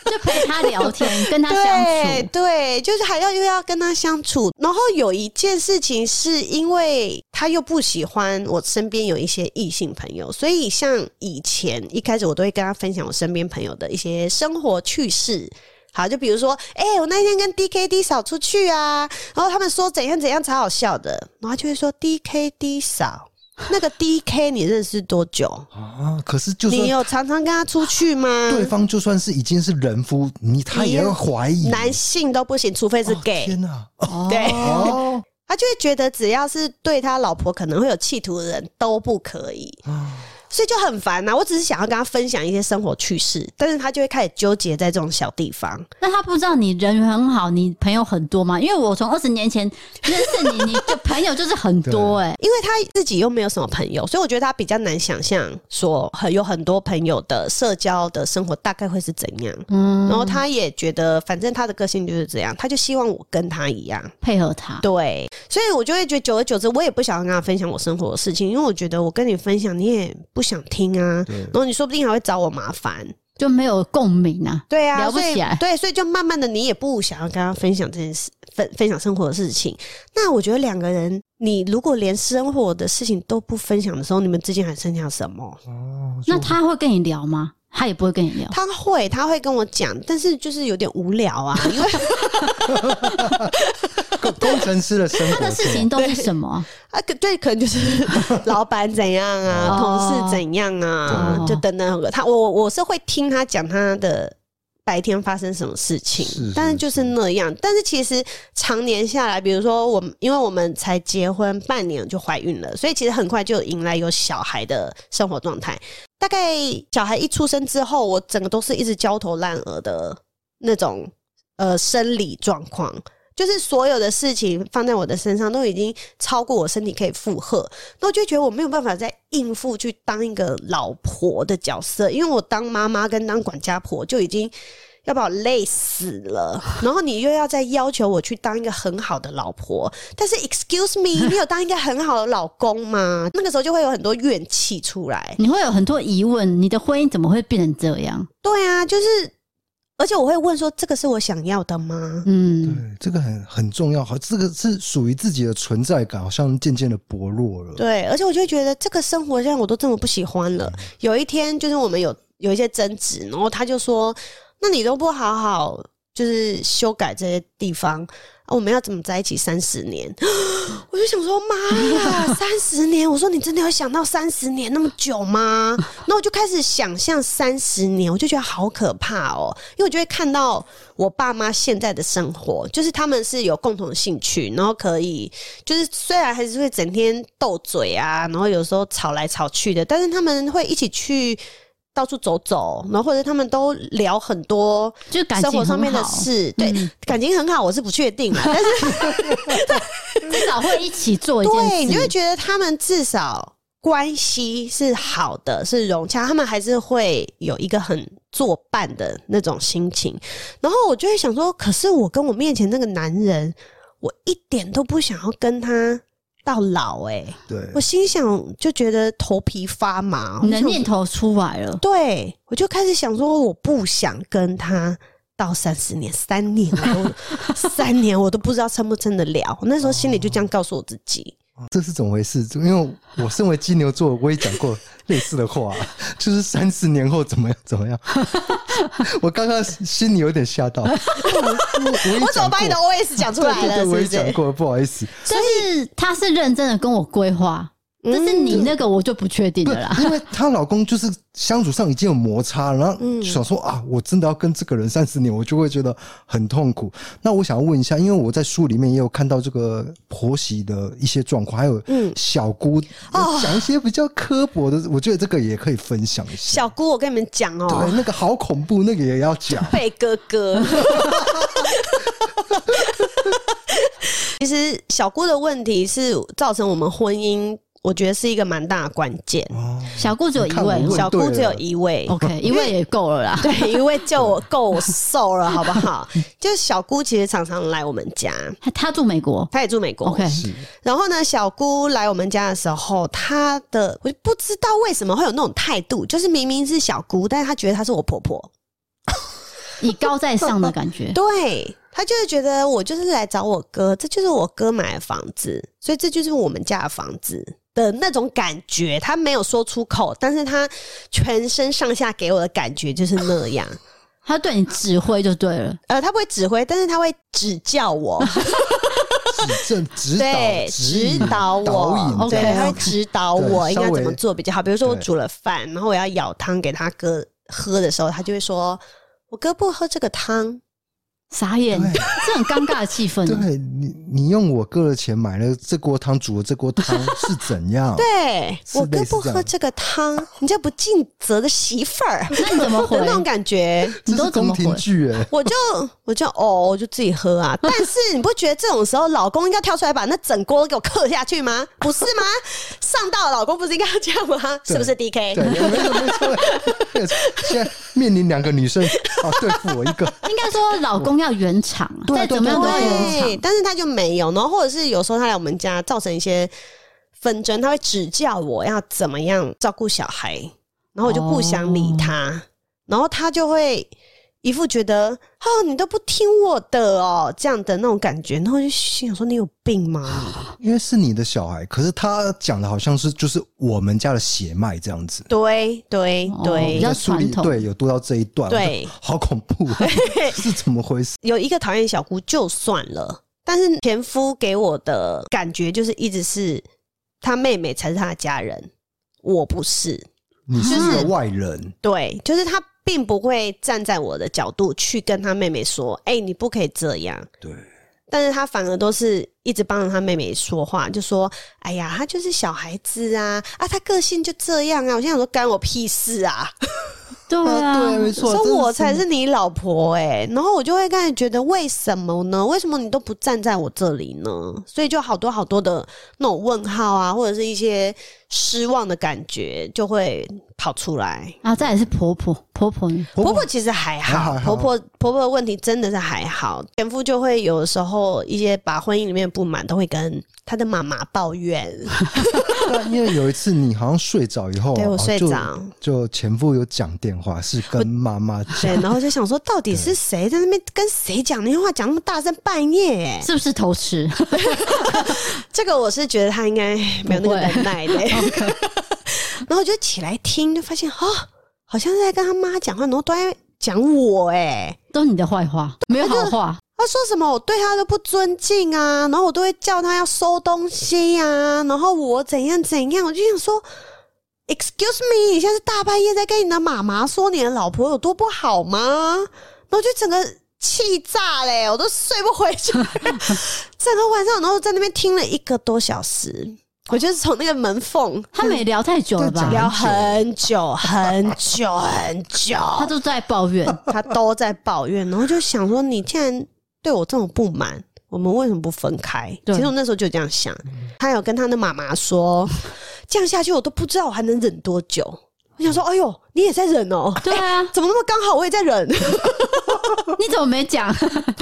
就陪他聊天，跟他相对处。对，就是还要又要跟他相处。然后有一件事情是因为他又不喜欢我身边有一些异性朋友，所以像以前一开始我都会跟他分享我身边朋友的一些生活趣事。好，就比如说，哎、我那天跟 DKD 嫂出去啊，然后他们说怎样怎样才好笑的，然后他就会说 DKD 嫂，那个 DK 你认识多久？啊，可是就你嗯算有常常跟他出去吗？对方就算是已经是人夫，你他也要怀疑男嗯性都不行，除非是哦 gay。天哪、哦对哦，他就会觉得只要是对他老婆可能会有企图的人都不可以，所以就很烦啊呐、我只是想要跟他分享一些生活趣事，但是他就会开始纠结在这种小地方。那他不知道你人缘很好，你朋友很多吗？因为我从二十年前认识你，你就朋友就是很多哎、因为他自己又没有什么朋友，所以我觉得他比较难想象说很有很多朋友的社交的生活大概会是怎样。嗯，然后他也觉得，反正他的个性就是这样，他就希望我跟他一样。配合他。对，所以我就会觉得，久而久之，我也不想要跟他分享我生活的事情，因为我觉得我跟你分享，你也不想听啊。对然后你说不定还会找我麻烦。就没有共鸣啊。对啊，聊不所以起来对，所以就慢慢的，你也不想要跟他分享这件事，分分享生活的事情。那我觉得两个人，你如果连生活的事情都不分享的时候，你们之间还剩下什么？哦，那他会跟你聊吗？他也不会跟你聊。他会，他会跟我讲，但是就是有点无聊 啊，因为工工程师的生活他的事情都是什么？啊，可对，可能就是 老板怎样哦啊，同事怎样啊哦，就等等。他我我是会听他讲他的白天发生什么事情，是是但是就是是那样。但是其实常年下来，比如说我们，因为我们才结婚半年就怀孕了，所以其实很快就迎来有小孩的生活状态。大概小孩一出生之后，我整个都是一直焦头烂额的那种呃生理状况，就是所有的事情放在我的身上都已经超过我身体可以负荷，那我就觉得我没有办法再应付去当一个老婆的角色，因为我当妈妈跟当管家婆就已经。要把我累死了，然后你又要再要求我去当一个很好的老婆，但是 excuse me，你有当一个很好的老公吗？ 那个时候就会有很多怨气出来。你会有很多疑问，你的婚姻怎么会变成这样？对啊，就是，而且我会问说，这个是我想要的吗？嗯，对，这个很很重要，好，这个是属于自己的存在感，好像渐渐的薄弱了。对，而且我就会觉得这个生活现在我都这么不喜欢了。有一天，就是我们有有一些争执，然后他就说：“那你都不好好就是修改这些地方，啊、我们要怎么在一起三十年？” 我就想说：“妈呀，三十年！”我说：“你真的有想到三十年那么久吗？” 那我就开始想象三十年，我就觉得好可怕哦，因为我就会看到我爸妈现在的生活，就是他们是有共同兴趣，然后可以就是虽然还是会整天斗嘴啊，然后有时候吵来吵去的，但是他们会一起去。到处走走，然后或者他们都聊很多就感生情活上面的很好，嗯事，对、感情很好，我是不 确定啦，但是至少会一起做一对，件你就会事。觉得他们至少关系是好的，是融洽，他们还是会有一个很作伴的那种心情。然后我就会想说，可是我跟我面前那个男人，我一点都不想要跟他到老、欸，对我，心想就觉得头皮发麻，你的我想念头出来了，对，我就开始想说，我不想跟他到三十年，三年我 都三年我都不知道撑不撑得了。那时候心里就这样告诉我自己。这是怎么回事？因为我身为金牛座，我也讲过类似 的话，就是三十年后怎么样怎么样。我刚刚心里有点 吓到，我我哦我怎么把你的 OS 讲出对来对了？对，是不我也是？讲过，不好意思。但是他是认真的跟我规划，嗯但是你那个我就不确定不了 啦，。因为她老公就是相处上已经有摩擦了，然嗯后想说、啊，我真的要跟这个人三十年，我就会觉得很痛苦。那我想要问一下，因为我在书里面也有看到这个婆媳的一些状况，还有嗯小姑哦讲一些比较刻薄的，我觉得这个也可以分享一下。小姑，我跟你们讲对，哦，那个好恐怖，那个也 要讲。贝哥哥。其实小姑的问题是造成我们婚姻，我觉得是一个蛮大的关键。哦，小顾只有一你看位我问小姑只有对了一位，OK，一位也够了 啦。对，一位就我够瘦了，好不好？就是小姑其实常常来我们家，他他住美国她也住美国。 ，OK，是然后呢，小姑来我们家的时候，她的我就不知道为什么会有那种态度，就是明明是小姑，但是她觉得她是我婆婆。以高在上的感觉。 对他就是觉得我就是来找我哥，这就是我哥买的房子，所以这就是我们家的房子的那种感觉。他没有说出口，但是他全身上下给我的感觉就是那样。他对你指挥就对了，呃，他不会指挥，但是他会指教我，指正、指导、对，指指引导我，哦导引对，这他样会子。指导我对应该稍微怎么做比较好。比如说我对煮了饭，然后我要舀汤给他哥喝的时候，他就会说：“我哥不喝这个汤。”哦傻眼，对这很尴尬的气氛。对你，你用我哥的钱买了这锅汤，煮了这 锅汤是怎样？对是我哥类似不这样喝这个汤，你这不尽责的媳妇 儿那你怎么回 的？那种感觉。你这是都怎么宫回廷？剧 哎、我就我就哦，我就自己喝 啊。但是你不觉得这种时候老公应该跳出来把那整锅给我克下去吗？不是吗？上到老公不是应该要这样吗？对是不是 D K？对，没错没错没错。现在面临两个女生，哦，对付我一个，应该说老公要圆场，啊对再怎么样都要对，圆场。但是他就没有，然后或者是有时候他来我们家造成一些纷争，哦他会指教我要怎么样照顾小孩，然后我就不想理他。然后他就会一副觉得哦，你都不听我的哦这样的那种感觉，然后我就心想说你有病啊吗？ 因为是你的小孩，可是他讲的好像是就是我们家的血脉这样子。对对哦对比，较在书里传统对，有读到这一段，对我就好恐怖、啊， 是怎么回事？有一个讨厌小姑就算了，但是前夫给我的感觉就是一直是他妹妹才是他的家人，我不是。你是就是个外人，对，就是他并不会站在我的角度去跟他妹妹说：“哎、你不可以这样。对，”但是他反而都是一直帮着他妹妹说话，就说：“哎呀，他就是小孩子啊，啊，他个性就这样啊。”我现在想说干我屁事啊！对嗯啊，对，没错，说真的我才是你老婆哎、然后我就会开始觉得为什么呢？为什么你都不站在我这里呢？所以就好多好多的那种问号啊，或者是一些失望的感觉就会跑出来。然后啊再也是婆婆，婆婆呢婆婆婆婆其实还还好好，还婆好婆婆婆的问题真的是还好，前夫就会有的时候一些把婚姻里面的不满都会跟他的妈妈抱 怨，对因为有一次你好像睡着以后，对我哦睡就着就前夫有讲电话，是跟妈妈讲对，，然后就想说到底是谁在那边跟谁讲电话，讲那么大声，半夜哎、是不是偷吃？ 这个我是觉得他应该没有那个能 耐的、 然后我就起来听，就发现哦，好像是在跟他妈讲话，然后都在讲我哎、都你的坏话，没有好话，他说什么我对他都不尊敬啊，然后我都会叫他要收东西啊，然后我怎样怎样，我就想说，Excuse me，你现在是大半夜在跟你的妈妈说你的老婆有多不好吗？然后就整个气炸嘞、我都睡不回去，整 个晚上，然后在那边听了一个多小时，我就是从那个门缝他们也聊太久了吧对？聊很久很久很久，他都在抱 怨，他都在抱怨，然后就想说，你既然对我这么不满，我们为什么不分开？对其实我那时候就这样想。他有跟他的妈妈说，这样下去我都不知道我还能忍多久。我想说，哎呦，你也在忍哦、对啊，怎么那么刚好我也在忍？你怎么没讲？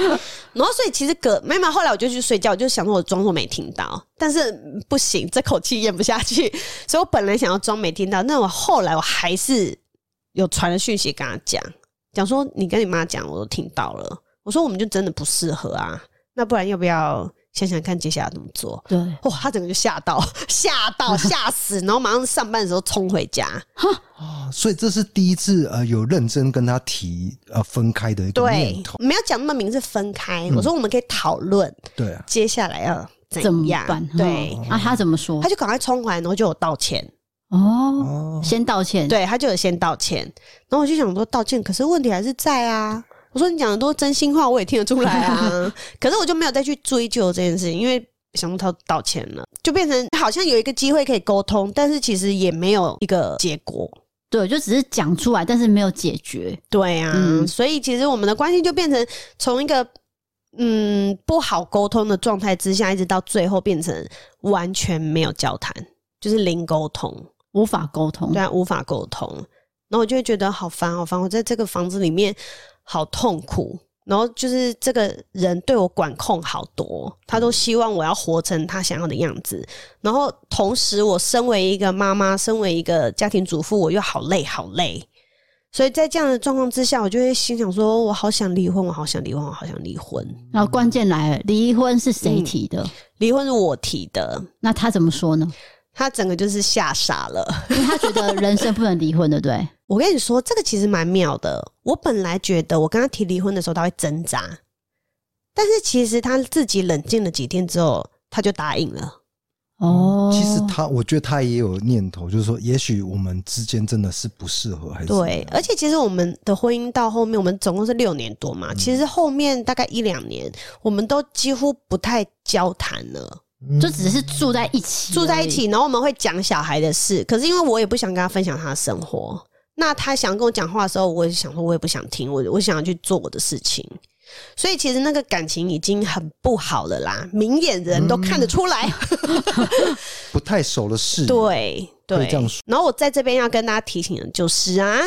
然后所以其实隔没有没有，后来我就去睡觉，我就想说我装作没听到，但是嗯不行，这口气咽不下去， 所以我本来想要装没听到，那我后来我还是有传了讯息跟他讲，讲说你跟你妈讲，我都听到了，我说我们就真的不适合啊，那不然要不要想想看接下来怎么做？ 对，哇、他整个就吓到，吓到，吓死，然后马上上班的时候冲回 家，哦所以这是第一次呃有认真跟他提呃分开的一个念对头，，没有讲那么明是分嗯开，我说我们可以讨论对啊，接下来要怎怎么样，办？对。嗯啊，他怎么说他？就赶快冲回来，然后就有道歉，哦，哦，先道歉，对他就有先道歉，然后我就想说道歉，可是问题还是在啊。我说你讲的都是真心话，我也听得出来啊，可是我就没有再去追究这件事情，因为想说他道歉了，就变成好像有一个机会可以沟通，但是其实也没有一个结果。对，就只是讲出来，但是没有解决。对啊，嗯所以其实我们的关系就变成从一个嗯不好沟通的状态之下，一直到最后变成完全没有交谈，就是零沟通。无法沟通对，啊，无法沟通。然后我就会觉得好烦，好烦，我在这个房子里面好痛苦。然后就是这个人对我管控好多，他都希望我要活成他想要的样子。然后同时，我身为一个妈妈，身为一个家庭主妇，我又好累，好累。所以在这样的状况之下，我就会心想说：我好想离婚，我好想离婚，我好想离婚。然后关键来了，离婚是嗯谁提的？离婚是我提的，那他怎么说呢？他整个就是吓傻了。因为他觉得人生不能离婚，对不对？我跟你说，这个其实蛮妙的。我本来觉得我跟他提离婚的时候他会挣扎，但是其实他自己冷静了几天之后，他就答应了。嗯哦，其实他，我觉得他也有念头，就是说，也许我们之间真的是不适合，还是怎么对样，而且其实我们的婚姻到后面，我们总共是六年多嘛，其实后面大概一两年，我们都几乎不太交谈了，嗯就只是住在一起，住在一起，，然后我们会讲小孩的事，可是因为我也不想跟他分享他的生活。那他想跟我讲话的时候，我也想说，我也不想听，我我想要去做我的事情。所以其实那个感情已经很不好了啦，明眼人都看得出来。不太熟的事，，对可对以这样说，然后我在这边要跟大家提醒的就是 啊，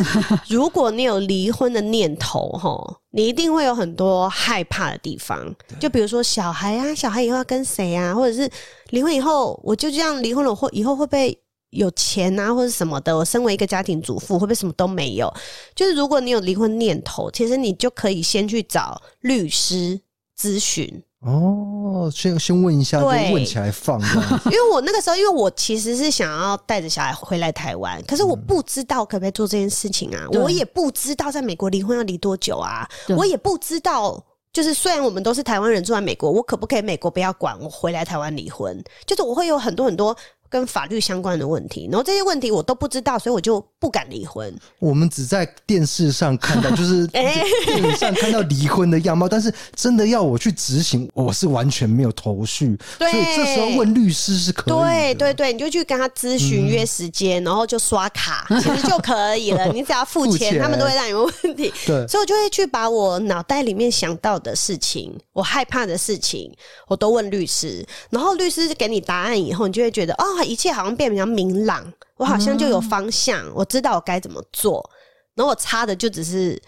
如果你有离婚的念头，吼，你一定会有很多害怕的地方，就比如说小孩啊，小孩以后要跟谁啊，或者是离婚以后我就这样离婚了，或以后会不会有钱啊，或者什么的，我身为一个家庭主妇，会不会什么都没有？就是如果你有离婚念头，其实你就可以先去找律师咨询。哦，先先问一下，就对问起来放这样。 因为我那个时候，因为我其实是想要带着小孩回来台湾，可是我不知道可不可以做这件事情啊，对我也不知道在美国离婚要离多久啊，对我也不知道。就是虽然我们都是台湾人住在美国，我可不可以美国不要管我回来台湾离婚？就是我会有很多很多跟法律相关的问题，然后这些问题我都不知道，所以我就不敢离婚。我们只在电视上看到，就是 哎电影上看到离婚的样貌，但是真的要我去执行，我是完全没有头绪。所对以这时候问律师是可以对的。对对，你就去跟他咨询约时间，然后就刷卡，其实就可以了。你只要付付钱，钱他们都会让你问问题。对所以我就会去把我脑袋里面想到的事情，我害怕的事情，我都问律师，然后律师给你答案以后，你就会觉得哦，一切好像变得比较明朗，我好像就有方向，我知道我该怎么做，然后我差的就只是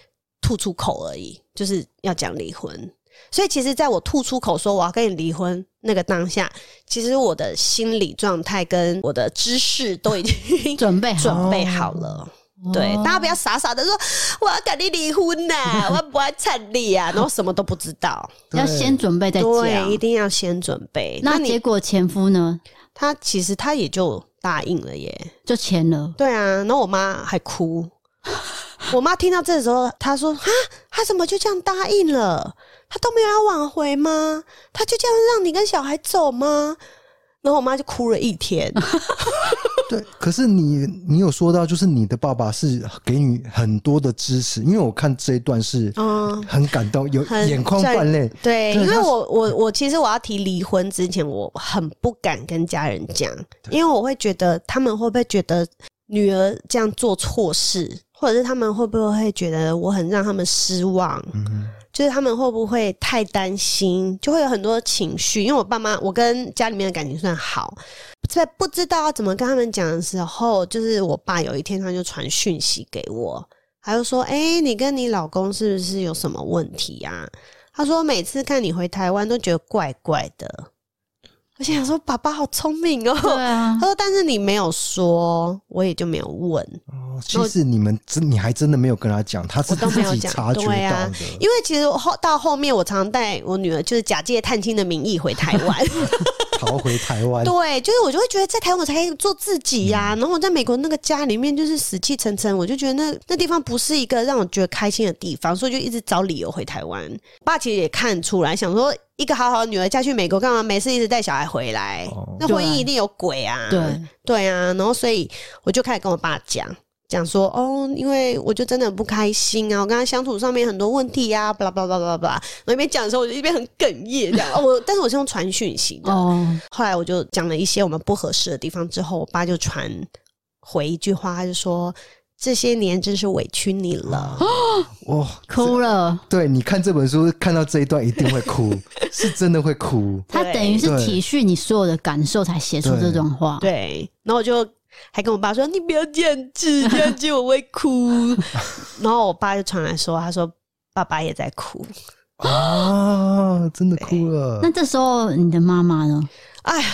吐出口而已，就是要讲离婚。所以其实，在我吐出口说我要跟你离婚那个当下，其实我的心理状态跟我的知识都已经 准备好准备好哦了。哦对，大家不要傻傻的说我要跟你离 婚呐、我不爱惨你啊，然后什么都不知道。要先准备再对，啊一讲。定要先准备。那那你结果前夫呢，他其实他也就答应了耶。就签了。对啊，然后我妈 还哭。我妈听到这时候，她说：“啊，她怎么就这样答应了？她都没有要挽回吗？她就这样让你跟小孩走吗？”然后我妈就哭了一 天。对，可是你你有说到，就是你的爸爸是给你很多的支持，因为我看这一段是嗯很感动，有很眼眶泛泪。对，对因为他我我我其实我要提离婚之前，我很不敢跟家人讲，因为我会觉得他们会不会觉得女儿这样做错事，或者是他们会不会觉得我很让他们失望，嗯就是他们会不会太担心，就会有很多情绪。因为我爸妈，我跟家里面的感情算好，在不知道要怎么跟他们讲的时候，就是我爸有一天他就传讯息给我，他就说：“哎、你跟你老公是不是有什么问题啊？”他说每次看你回台湾都觉得怪怪的，而且想说爸爸好聪明哦、对啊他，说但是你没有说，我也就没有问，哦，其实你们真你还真的没有跟他讲，他是我都自没有己讲察觉对到啊的。因为其实后到后面我常带我女儿就是假借探亲的名义回台湾，逃回台湾，对，就是我就会觉得在台湾我才可以做自己呀、然后我在美国那个家里面就是死气沉沉，我就觉得那那地方不是一个让我觉得开心的地方，所以就一直找理由回台湾。爸其实也看出来，想说一个好好的女儿嫁去美国干嘛？没事一直带小孩回来，哦那婚姻对一定有鬼啊！对，对啊，然后所以我就开始跟我爸讲。讲说哦，因为我就真的很不开心啊，我跟他相处上面很多问题啊，巴拉巴拉巴拉巴拉。然后一边讲的时候，我就一边很哽咽这样。哦，我但是我是用传讯息的，哦，后来我就讲了一些我们不合适的地方之后，我爸就传回一句话，他就说：“这些年真是委屈你了。哇，哭了。对，你看这本书看到这一段一定会哭，是真的会哭。他对等于是对体恤你所有的感受，才写出对这段话。对，然后我就还跟我爸说：“你不要这样子，这样子我会哭。” 然后我爸就传来说：“他说爸爸也在哭。啊，真的哭了那。这时候你的妈妈呢？”哎呀。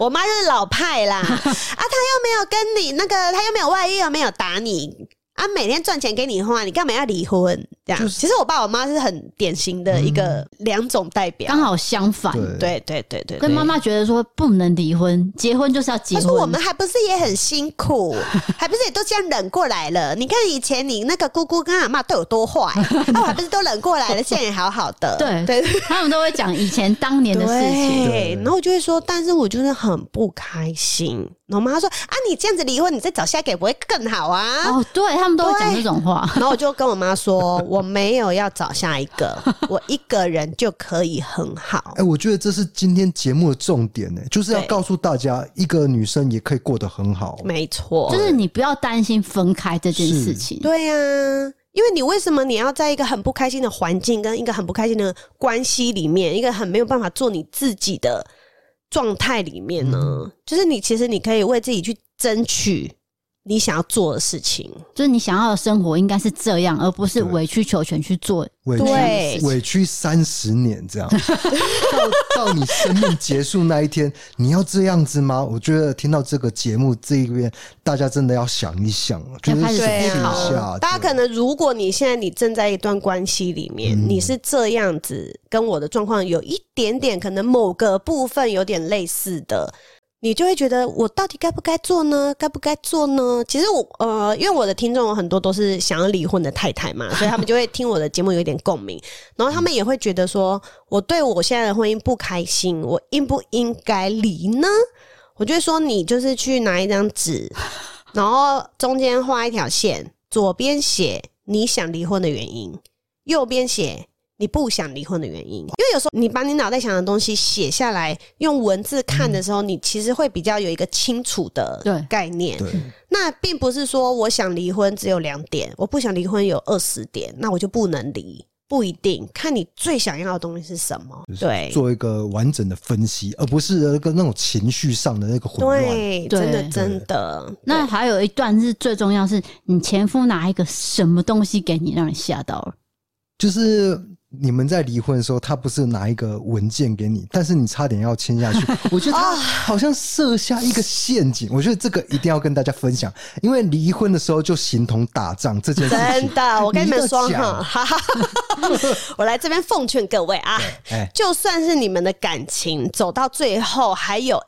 我妈就是老派啦，啊，她又没有跟你那个，她又没有外遇，又没有打你，啊，每天赚钱给你花，你干嘛要离婚？这样，其实我爸我妈是很典型的一个两种代表，刚好相反，对对对对对，跟妈妈觉得说不能离婚，结婚就是要结他婚。说我们还不是也很辛 苦，还不是也都这样忍过来了？你看以前你那个姑姑跟阿妈对我 多坏，那我还不是都忍过来了，现在也好好的。对对他们都会讲以前当年的事情。对对，然后我就会说，但是我就是很不开心。然后我妈说啊，你这样子离婚，你再找下一个也不会更好啊。哦，对他们都会讲这种话。然后我就跟我妈说，我没有要找下一个，我一个人就可以很好哎、。我觉得这是今天节目的重点呢、就是要对告诉大家，一个女生也可以过得很好。没错，就是你不要担心分开这件是事情，对呀、因为你为什么你要在一个很不开心的环境跟一个很不开心的关系里面，一个很没有办法做你自己的状态里面呢？就是你其实你可以为自己去争取你想要做的事情。就是你想要的生活应该是这样，而不是委曲求全去做。委对屈委屈三十年这样，到到你生命结束那一天，你要这样子吗？我觉得听到这个节目这一边，大家真的要想一想，就是开审始视对一思考下啊，，大家可对能如果你现在你正在一段关系里面，嗯你是这样子，跟我的状况有一点点可能某个部分有点类似的，你就会觉得我到底该不该做呢？该不该做呢？其实我呃，因为我的听众有很多都是想要离婚的太太 嘛，所以他们就会听我的节目有点共鸣，然后他们也会觉得说，我对我现在的婚姻不开心，我应不应该离呢？我就会说，你就是去拿一张 纸，然后中间画一条线，左边写你想离婚的原因，右边写你不想离婚的原因。因为有时候你把你脑袋想的东西写下来，用文字看的时候，你其实会比较有一个清楚的对概念。对那并不是说我想离婚只有两点，我不想离婚有二十点，那我就不能离。不一定，看你最想要的东西是什么。对，做一个完整的分析，而不是那个那种情绪上的那个混乱。对，对真的真的。那对还有一段是最重要，是你前夫拿一个什么东西给你，让你吓到了。就是你们在离婚的时候，他不是拿一个文件给你，但是你差点要 签下去。我觉得他好像设下一个陷阱，我觉得这个一定要跟大家分享，因为离婚的时候就形同打仗这件事情真。 的，我跟你们说你一个哈，讲哈哈哈哈 我来这边奉劝各位啊，哎，就算是你们的感情走到最后，还有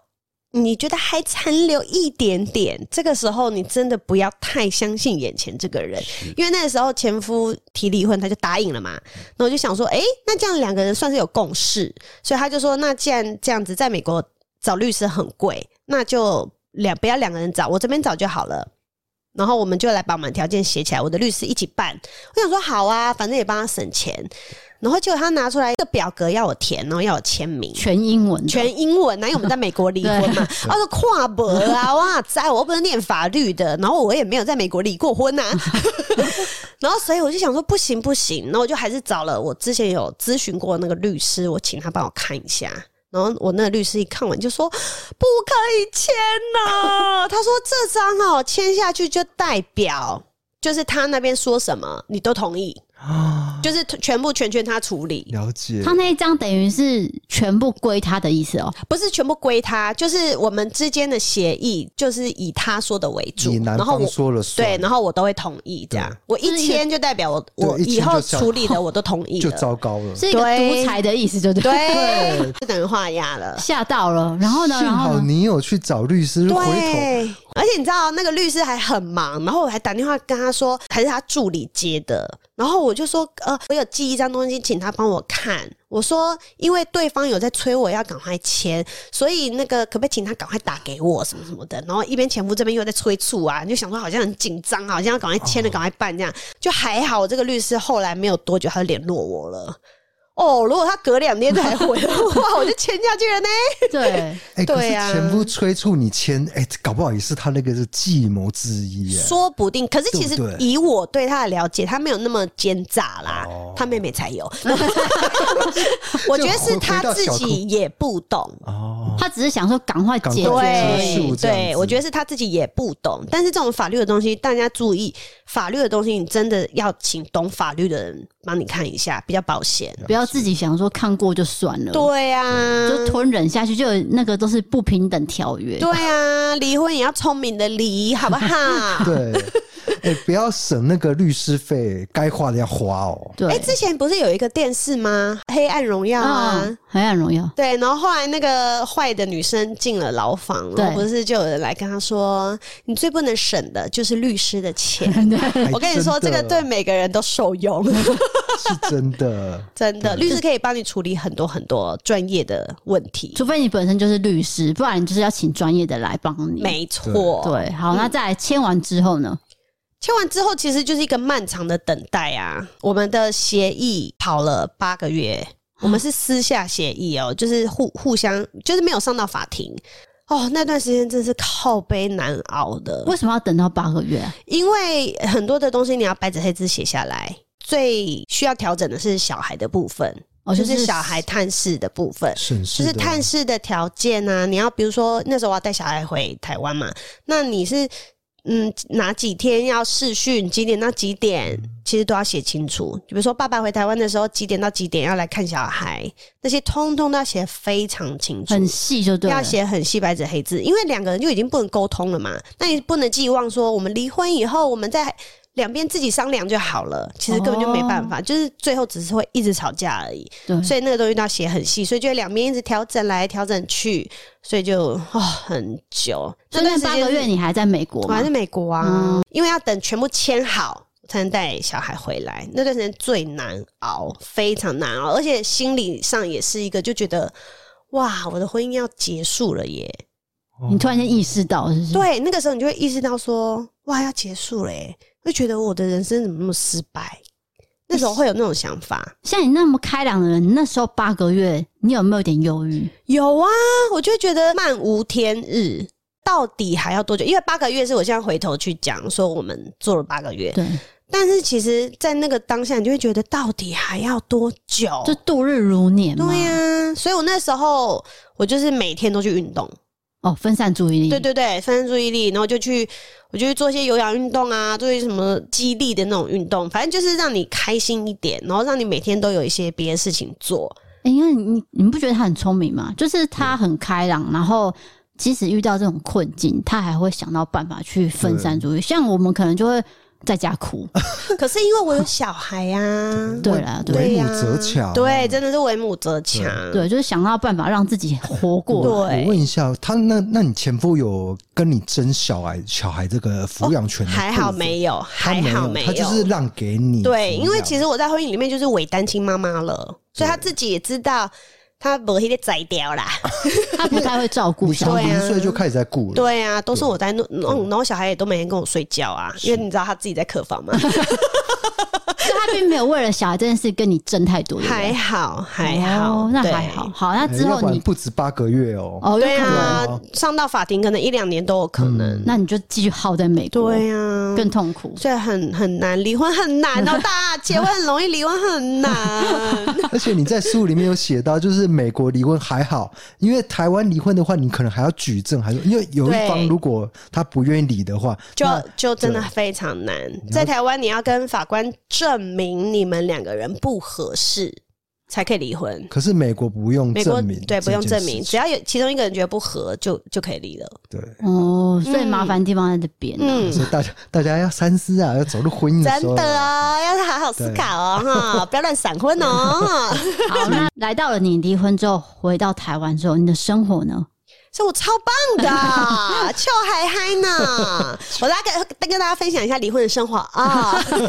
你觉得还残留一点点，这个时候你真的不要太相信眼前这个人，因为那个时候前夫提离婚，他就答应了嘛。那我就想说，诶，那这样两个人算是有共识，所以他就说，那既然这样子，在美国找律师很贵，那就两不要两个人找，我这边找就好了。然后我们就来把我们条件写起来，我的律师一起办。我想说好啊，反正也帮他省钱。然后结果他拿出来一个表格要我填，然后要我签名，全英文的，全英文啊，因为我们在美国离 婚嘛。他说跨博啊，哇塞，我又不是念法律的，然后我也没有在美国离过婚呐、啊。 然后所以我就想说不行不行，然后我就还是找了我之前有咨询过那个律师，我请他帮我看一下。然后我那个律师一看完就说不可以签 呐、他说这张哦签下去就代表就是他那边说什么你都同意，啊就是全部全权他处理。了解。他那一张等于是全部归他的意思哦。不是全部归他，就是我们之间的协议，就是以他说的为主以，男然后方我说了算，对，然后我都会同意这样对。我一签就代表我我对一签以后就处理的我都同意就了，糟糕了。是一个对独裁的意思，就对了，对， 就等于画押了。 吓到了。然后呢，幸然后好呢，你有去找律师，回头哎对，而且你知道那个律师还很忙，然后我还打电话跟他说，还是他助理接的，然后我就说，呃，我有寄一张东西，请他帮我看。我说，因为对方有在催我要赶快签，所以那个可不可以请他赶快打给我什么什么的。然后一边前夫这边又在催促啊，你就想说好像很紧张，好像要赶快签了，赶快办这样。就还好，这个律师后来没有多久他就联络我了。哦，如果他隔两天才回的话，我就签下去了呢。对，哎、可是对啊前夫催促你签，哎、搞不好也是他那个是计谋之一耶。说不定，可是其实对不对以我对他的了解，他没有那么奸诈啦，哦他妹妹才 有。我觉得是他自己也不懂，哦，他只是想说赶快解赶快决。结束对这样对，子？我觉得是他自己也不懂。但是这种法律的东西，大家注意，法律的东西你真的要请懂法律的人帮你看一下，比较保险。不要自己想说看过就算了，对啊，就吞忍下去，就有那个都是不平等条约。对啊，离婚也要聪明的离，好不好 对，哎、不要省那个律师费，该花的要花哦。对，哎、之前不是有一个电视吗？《黑暗荣耀》啊。嗯，黑暗荣耀，对，然后后来那个坏的女生进了牢房，然对后不是就有人来跟她说：“你最不能省的就是律师的钱。哎我跟你说，这真的个对每个人都受用， 是真的。真的，律师可以帮你处理很多很多专业的问题。除非你本身就是律师，不然你就是要请专业的来帮你。没错，对，好，那再来签完之后呢？签完之后其实就是一个漫长的等待啊。我们的协议跑了八个月，我们是私下协议哦，就是互互相，就是没有上到法庭。哦，那段时间真是靠背难熬的。为什么要等到八个月、啊？因为很多的东西你要白纸黑字写下来。最需要调整的是小孩的部分，哦，就就是小孩探视的部分。省就事是的探视的条件啊，你要比如说那时候我要带小孩回台湾嘛，那你是嗯，哪几天要试训，几点到几点，其实都要写清楚。比如说，爸爸回台湾的时候，几点到几点要来看小孩，那些通通都要写非常清楚，很细就对了要。写很细白纸黑字，因为两个人就已经不能沟通了嘛。那你不能寄望说我们离婚以后，我们在两边自己商量就好了，其实根本就没办法，哦就是最后只是会一直吵架而已。对，所以那个东西都要写很细，所以就会两边一直调整来调整去，所以就哦很久。所以那段时八间个月你还在美国我吗还？在美国啊，因为要等全部签好。才能带小孩回来，那段时间最难熬，非常难熬，而且心理上也是一个就觉得，哇，我的婚姻要结束了耶！你突然间意识到，是不是？对，那个时候你就会意识到说，哇，要结束了耶，会觉得我的人生怎么那么失败？那时候会有那种想法。像你那么开朗的人，那时候八个月，你有没有点忧郁？有啊，我就觉得漫无天日，到底还要多久？因为八个月是我现在回头去讲，说我们做了八个月，对，但是其实，在那个当下，你就会觉得到底还要多久？就度日如年嘛。对呀、所以我那时候我就是每天都去运动，哦，分散注意力。对对对，分散注意力，然后就去，我就去做一些有氧运动啊，做一些什么激励的那种运动，反正就是让你开心一点，然后让你每天都有一些别的事情做。哎、因为你你不觉得他很聪明嗯吗？就是他很开朗，然后即使遇到这种困境，他还会想到办法去分散注意。力。像我们可能就会在家哭。可是因为我有小孩呀、 啊，对啦，对为对母呀、则强，啊对，真的是为母则强。对，就是想到办法让自己活过来。对我问一下，他那那你前夫有跟你争小孩小孩这个抚养权的部分、哦还好没有，他还没好有，没有，他就是让给你抚养。对，因为其实我在婚姻里面就是伪单亲妈妈了，所以她自己也知道她把那些摘掉啦。他不太会照顾你小从孩。对啊零岁就开始在顾了，对啊，都是我在弄弄，然后小孩也都每天跟我睡觉啊，因为你知道他自己在客 房嘛。所以他并没有为了小孩这件事跟你争太多，对不还对？好，还好，哦那对还好。。好，那哎，之后要不然你不止八个月哦。哦，有对可能，啊，嗯上到法庭可能一两年都有可能。那你就继续耗在美国，对啊，更痛苦。所以很很难，离婚很难 哦，大家结婚很容易，离婚很难。 而且你在书里面有写到，就是美国离婚还好，因为台湾离婚的话，你可能还要举证，还是因为有一对方如果他不愿意离的话，就那就真的非常难。在台湾，你要跟法官证明你们两个人不合适，才可以离婚。可是美国不用美国证明，对不用证明，只要有其中一个人觉得不合，就就可以离了。对。哦，所以麻烦地方在这边、啊。嗯，所以大家大家要三思啊，要走入婚姻的时真候，的啊，要好好思考哦， 哈，不要乱闪婚哦。好，那来到了你离婚之后，回到台湾之后，你的生活呢？所以我超棒的，就还嗨呢。我来跟跟大家分享一下离婚的生活啊。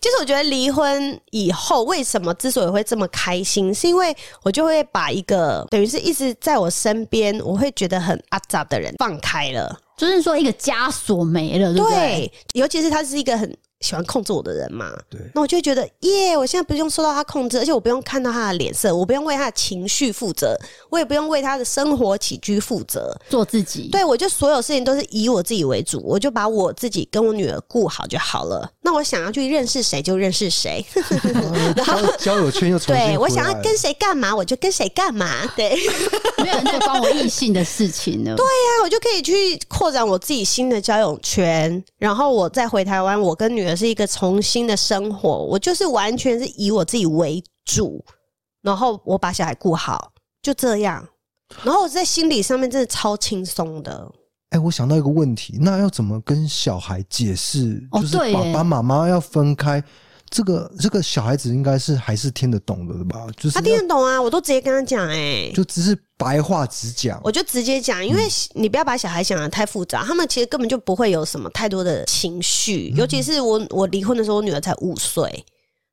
就是我觉得离婚以后，为什么之所以会这么开心，是因为我就会把一个等于是一直在我身边，我会觉得很阿杂的人放开了。就是说一个枷锁没了，对不对？对，尤其是他是一个很喜欢控制我的人嘛。对 那我就会觉得耶，我现在不用受到他控制，而且我不用看到他的脸色，我不用为他的情绪负责，我也不用为他的生活起居负责。做自己，对，我就所有事情都是以我自己为主，我就把我自己跟我女儿顾好就好了。那我想要去认识谁就认识谁，呃交交友圈又重新对我回想来要了跟谁干嘛我就跟谁干嘛。对， 那没有人在帮我异性的事情了。对，我就可以去扩展我自己新的交友圈，然后我再回台湾，我跟女儿是一个重新的生活，我就是完全是以我自己为主，然后我把小孩顾好，就这样。然后我在心理上面真的超轻松的。哎、我想到一个问题，那要怎么跟小孩解释？哦就是对爸耶爸妈妈要分开，这个这个小孩子应该是还是听得懂的吧？就是他要听得懂啊，我都直接跟他讲哎、就只是白话只讲我。就直接讲，因为你不要把小孩想的太复杂，他们其实根本就不会有什么太多的情绪。尤其是我，我离婚的时候，我女儿才五岁，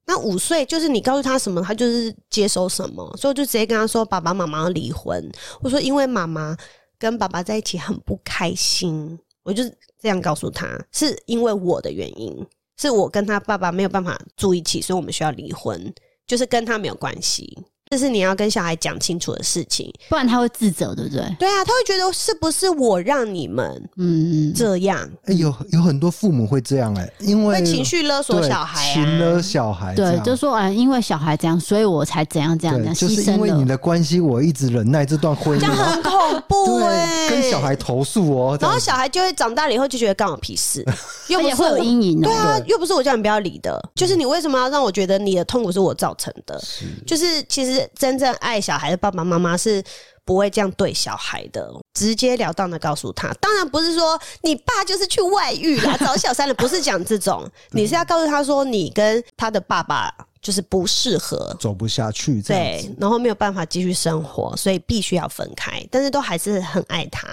那五岁就是你告诉她什么，她就是接收什么。所以我就直接跟她说：“爸爸妈妈要离婚。”我说：“因为妈妈跟爸爸在一起很不开心。”我就这样告诉她，是因为我的原因，是我跟她爸爸没有办法住一起，所以我们需要离婚，就是跟她没有关系。这是你要跟小孩讲清楚的事情。不然他会自责，对不对？对啊，他会觉得是不是我让你们嗯，这样，哎有有很多父母会这样哎、因为会情绪勒索对小孩情啊勒？小孩这对样，就说啊，因为小孩这样，所以我才怎样怎样怎对，样，就牺是因为牲你了。的关系，我一直忍耐这段婚这姻，样然后很恐怖哎、对，跟小。孩投诉哦，这然样后小孩就会长大了以后就觉得干我屁事，又而不且是会有我阴影哦、对啊，又不是我叫你不要理的，嗯就是你为什么要让我觉得你的痛苦是我造成的？就是其实真正爱小孩的爸爸妈妈是不会这样对小孩的，直截了当的告诉他。当然不是说你爸就是去外遇 啦，找小三了，不是讲这嗯种，你是要告诉他说你跟他的爸爸就是不适合。走不下去这样对子。，然后没有办法继续生活，所以必须要分开，但是都还是很爱他。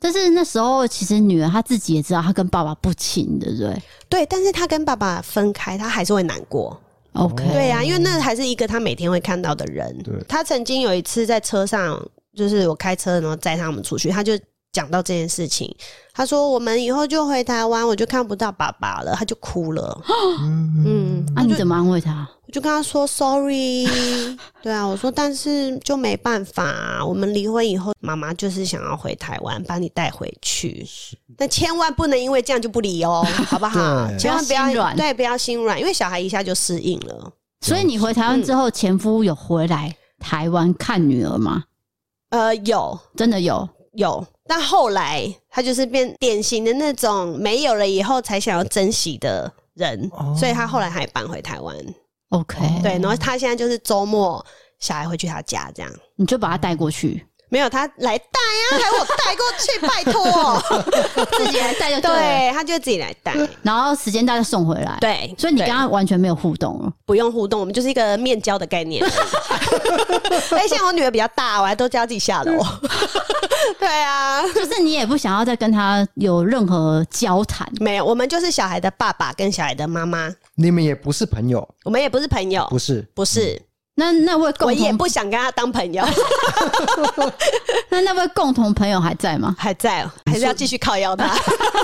但是那时候其实女儿她自己也知道，她跟爸爸不亲，对不对对，但是他跟爸爸分开，他还是会难过。 ？OK，、哦啊对啊呀、因为那还是一个他每天会看到的人对。他曾经有一次在车上，就是我开车然后载他们出去，他就讲到这件事情。他说：“我们以后就回台湾，我就看不到爸爸了。”他就哭 了。嗯，啊，你怎么安慰她？我就跟他说 “sorry”。对 啊，我说：“但是就没办法、我们离婚以后，妈妈就是想要回台湾，把你带回去。但千万不能因为这样就不理 哦，好不好？对千万不 要不要心软对，不要心软，因为小孩一下就适应了。”所以你回嗯台湾之后，前夫有回来台湾看女儿吗？呃，有真的有，有，但后来他就是变典型的那种没有了以后才想要珍惜的人，哦所以他后来还搬回台湾。 OK，、对，然后他现在就是周末小孩回去他家这样。你就把他带过 去，没有，他来带啊，还我带过去，拜托。自己来带就了。对，他就自己来带。然后时间到就送回来。，对，所以你对跟他完全没有互动了。不用互动，我们就是一个面交的概念。而且我女儿比较大，我还都叫她自己下楼。对啊，就是你也不想要再跟他有任何交谈，没有，我们就是小孩的爸爸跟小孩的妈妈，你们也不是朋友，我们也不是朋友，不是？不是，那那位我共也同不想跟他当朋 友，那那位共同朋友还在吗？还在， 还是要继续靠腰他，哦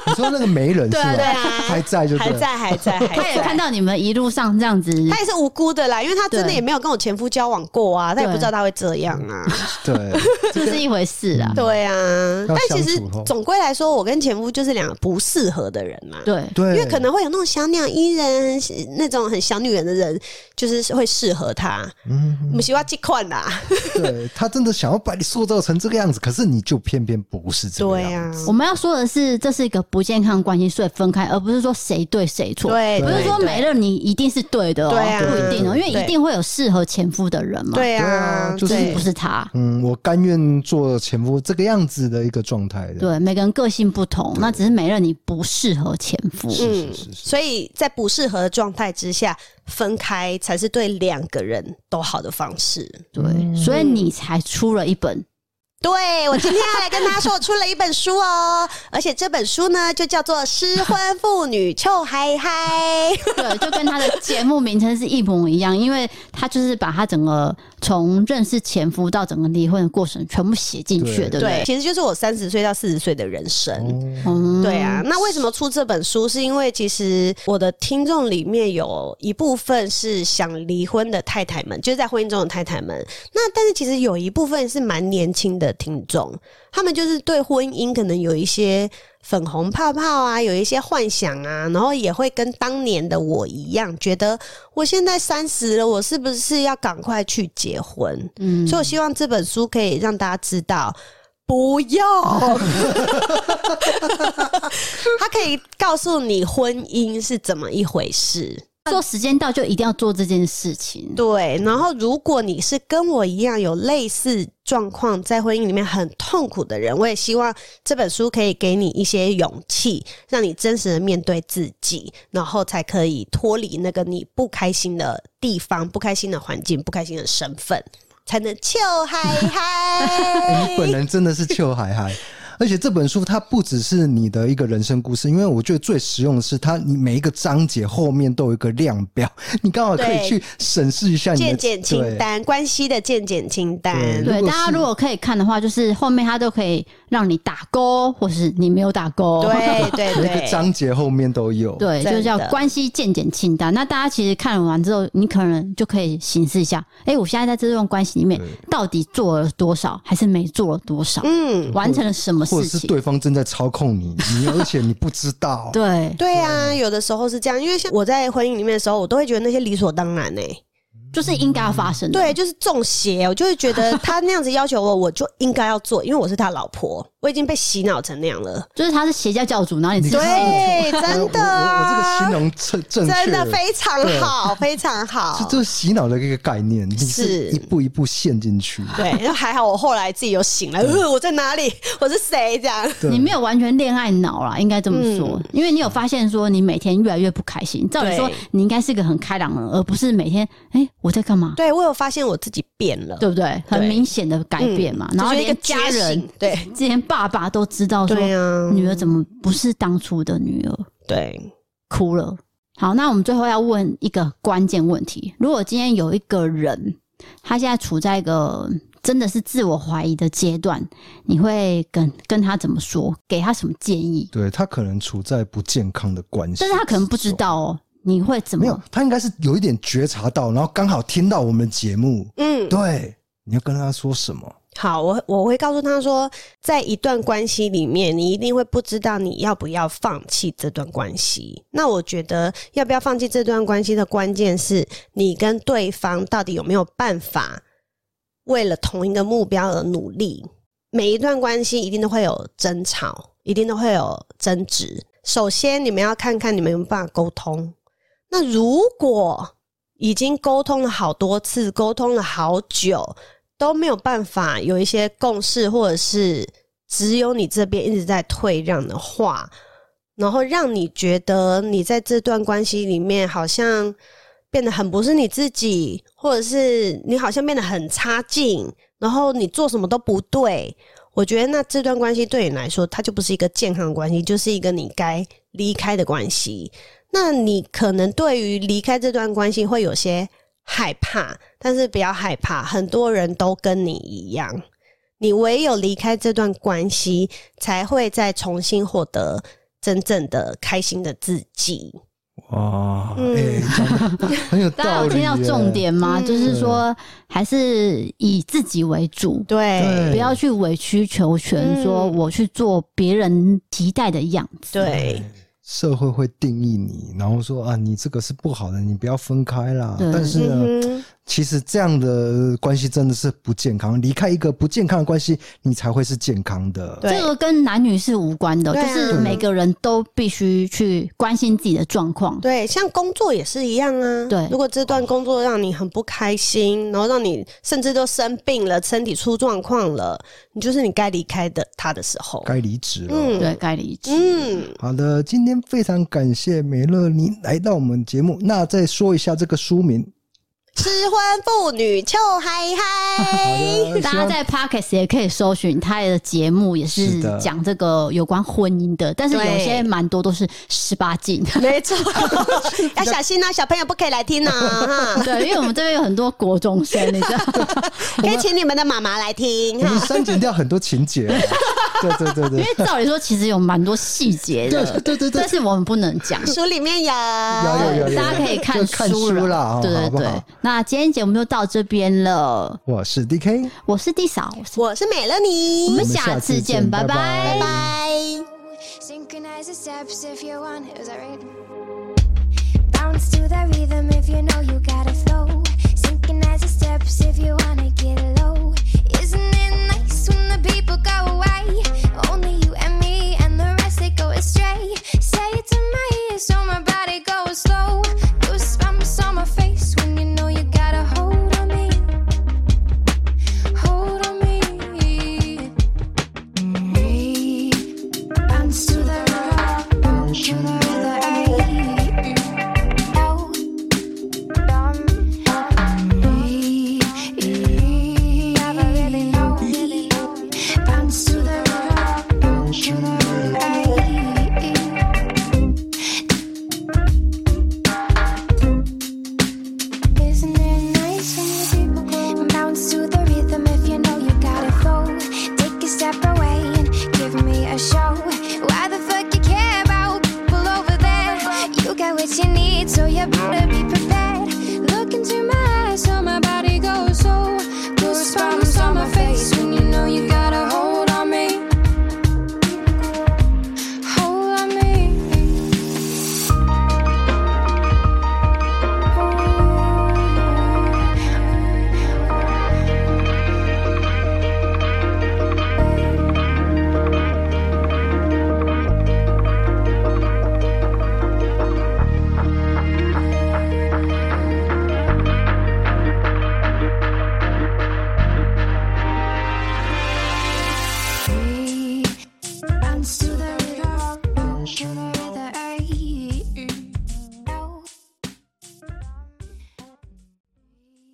你说那个媒人是 对啊吧？对啊还在就对还了。在，还在，还他也在看。到你们一路上这样子，他也是无辜的啦，因为他真的对也没有跟我前夫交往过啊，他也对不知道他会这样 啊。 对，这是一回事啦。对啊，要但其实相处哦总归来说，我跟前夫就是两个不适合的人嘛。对，对，因为可能会有那种小鸟依人、那种很小女人的人，就是会适合他。嗯，我们希望这款啦，对他真的想要把你塑造成这个样子，可是你就偏偏不是这个对啊样呀子。，我们要说的是，这是一个不健康的关系，所以分开，而不是说谁对谁错。对，不是对说对没了你一定是对的哦，对啊不一定哦，因为对一定会有适合前夫的人嘛，对对啊啊，就是对不是他。嗯，我甘愿做前夫这个样子的一个状态的。对，每个人个性不同，那只是没了你不适合前夫。嗯是是，是所以在不适合的状态之下分开，才是对两个人都好的方式。对，所以你才出了一本对我今天要来跟大家说，我出了一本书哦，而且这本书呢就叫做《失婚妇女臭嗨嗨》。对，就跟他的节目名称是一模一样，因为他就是把他整个从认识前夫到整个离婚的过程全部写进去，对对不对对，？其实就是我三十岁到四十岁的人生。哦嗯，对啊，那为什么出这本书？是因为其实我的听众里面有一部分是想离婚的太太们，就是在婚姻中的太太们。那但是其实有一部分是蛮年轻的听众，他们就是对婚姻可能有一些粉红泡泡啊，有一些幻想啊，然后也会跟当年的我一样，觉得我现在三十了，我是不是要赶快去结婚？嗯，所以我希望这本书可以让大家知道。不用，它可以告诉你婚姻是怎么一回事。做时间到就一定要做这件事情。对，然后如果你是跟我一样有类似状况，在婚姻里面很痛苦的人，我也希望这本书可以给你一些勇气，让你真实的面对自己，然后才可以脱离那个你不开心的地方、不开心的环境、不开心的身份，才能就嗨哎你嗨。本人真的是邱海海。而且这本书它不只是你的一个人生故事，因为我觉得最实用的是它，你每一个章节后面都有一个量表， 你刚好可以对去审视一下你的健检清对单，关系的健检清单，对对，如果大家是如果可以看的话，就是后面他都可以让你打勾，或是你没有打勾。对对每个对，章节后面都有。对，真就的叫关系鉴检清单。那大家其实看完之后，你可能就可以形式一下：哎、我现在在这段关系里面对到底做了多少，还是没做了多少，嗯，完成了什么或事者是情？对方正在操控你，你而且你不知道。对，对啊，有的时候是这样，因为像我在婚姻里面的时候，我都会觉得那些理所当然呢、欸就是应该要发嗯生的。对，就是中邪，我就会觉得他那样子要求我，我就应该要做，因为我是他老婆，我已经被洗脑成那样 了。就是他是邪教教主，然后你是对，呃我真的我我这啊，个形容正正确，真的非常好，非常是 好。这个洗脑的一个概念，你是是一步一步陷进去的。对，然后还好我后来自己有醒来，呃我在哪里，我是谁这样。对你没有完全恋爱脑啦，应该这么说，因为你有发现说你每天越来越不开心。照理说嗯对，你应该是个很开朗的人，而不是每天哎、诶我在干嘛？对我有发现我自己变了，对不对？很对明显的改变嘛，嗯然后这就是一连个家觉人醒，对之前爸爸都知道说对啊女儿怎么不是当初的女儿，对，哭了。好，那我们最后要问一个关键问题：如果今天有一个人，他现在处在一个真的是自我怀疑的阶段，你会跟跟他怎么说？给他什么建议？对他可能处在不健康的关系之但中，是他可能不知道哦，你会怎没有么？，他应该是有一点觉察到，然后刚好听到我们节目，嗯，对，你要跟他说什么？好，我我会告诉他说，在一段关系里面，你一定会不知道你要不要放弃这段关系。那我觉得要不要放弃这段关系的关键是你跟对方到底有没有办法为了同一个目标而努力。每一段关系一定都会有争吵，一定都会有争执。首先，你们要看看你们有没有办法沟通。那如果已经沟通了好多次，沟通了好久，都没有办法有一些共识，或者是只有你这边一直在退让的话，然后让你觉得你在这段关系里面好像变得很不是你自己，或者是你好像变得很差劲，然后你做什么都不对。我觉得那这段关系对你来说，它就不是一个健康的关系，就是一个你该离开的关系。那你可能对于离开这段关系会有些害怕，但是不要害怕，很多人都跟你一样，你唯有离开这段关系，才会再重新获得真正的开心的自己。哇，嗯哎、讲得很有大家道有理听耶、到重点吗？嗯就是说，还是以自己为主，对不要去委曲求全，嗯说我去做别人期待的样子。对社会会定义你，然后说啊，你这个是不好的，你不要分开啦。对但是呢，嗯哼，其实这样的关系真的是不健康。离开一个不健康的关系，你才会是啊健康的。对这个跟男女是无关的，哦对就啊是每个人都必须去关心自己的状况。对，像工作也是一样啊。对如果这段工作让你很不开心，然后让你甚至都生病了，身体出状况了，你就是你该离开的他的时候。该离职了。嗯，对，，该离职。嗯。好的，今天非常感谢美乐妮来到我们节目。那再说一下这个书名，失婚妇女就嗨好嗨，的，哎大希家望在 Pockets 也可以搜寻他的节目，也是是的讲这个有关婚姻的，但是有对些蛮多都是十八禁。没错，要小心啊，小朋友不可以来听啊，哈，对， 因为我们这边有很多国中生，你知道， 可以请你们的妈妈来听我们哈。删减掉很多 情节啊。对对对因 对为照理说其实有蛮多细节对的，对对对但，是我们不能讲。书里面有，有有有有，大家可以就看看书啦，啦，哦对好对不对好？。那今天节目就到这边了，我是 D K，我是地嫂，我是我是美乐妮，我们我们下下次次见，见拜拜拜拜。拜拜。 Synchronize the steps if you want. Is that right? Bounce to that rhythm if you know you gotta flow. Synchronize the steps if you wanna get low. Isn't it nice when the people go away? Only you and me and the rest they go astray. Say it to my ear so my body goes slow. Goosebumps on my face when you know you gotta hold on me. Hold on me. Breathe. Bounce to the rock, bounce to the rhythm, ayy. Yo, dum, ayy, ayy. Never really know, really know. Bounce to the rock, bounce to the rhythm, ayy. Isn't it nice when the people go bounce to the rhythm if you know you gotta flow? Take a step away and a show.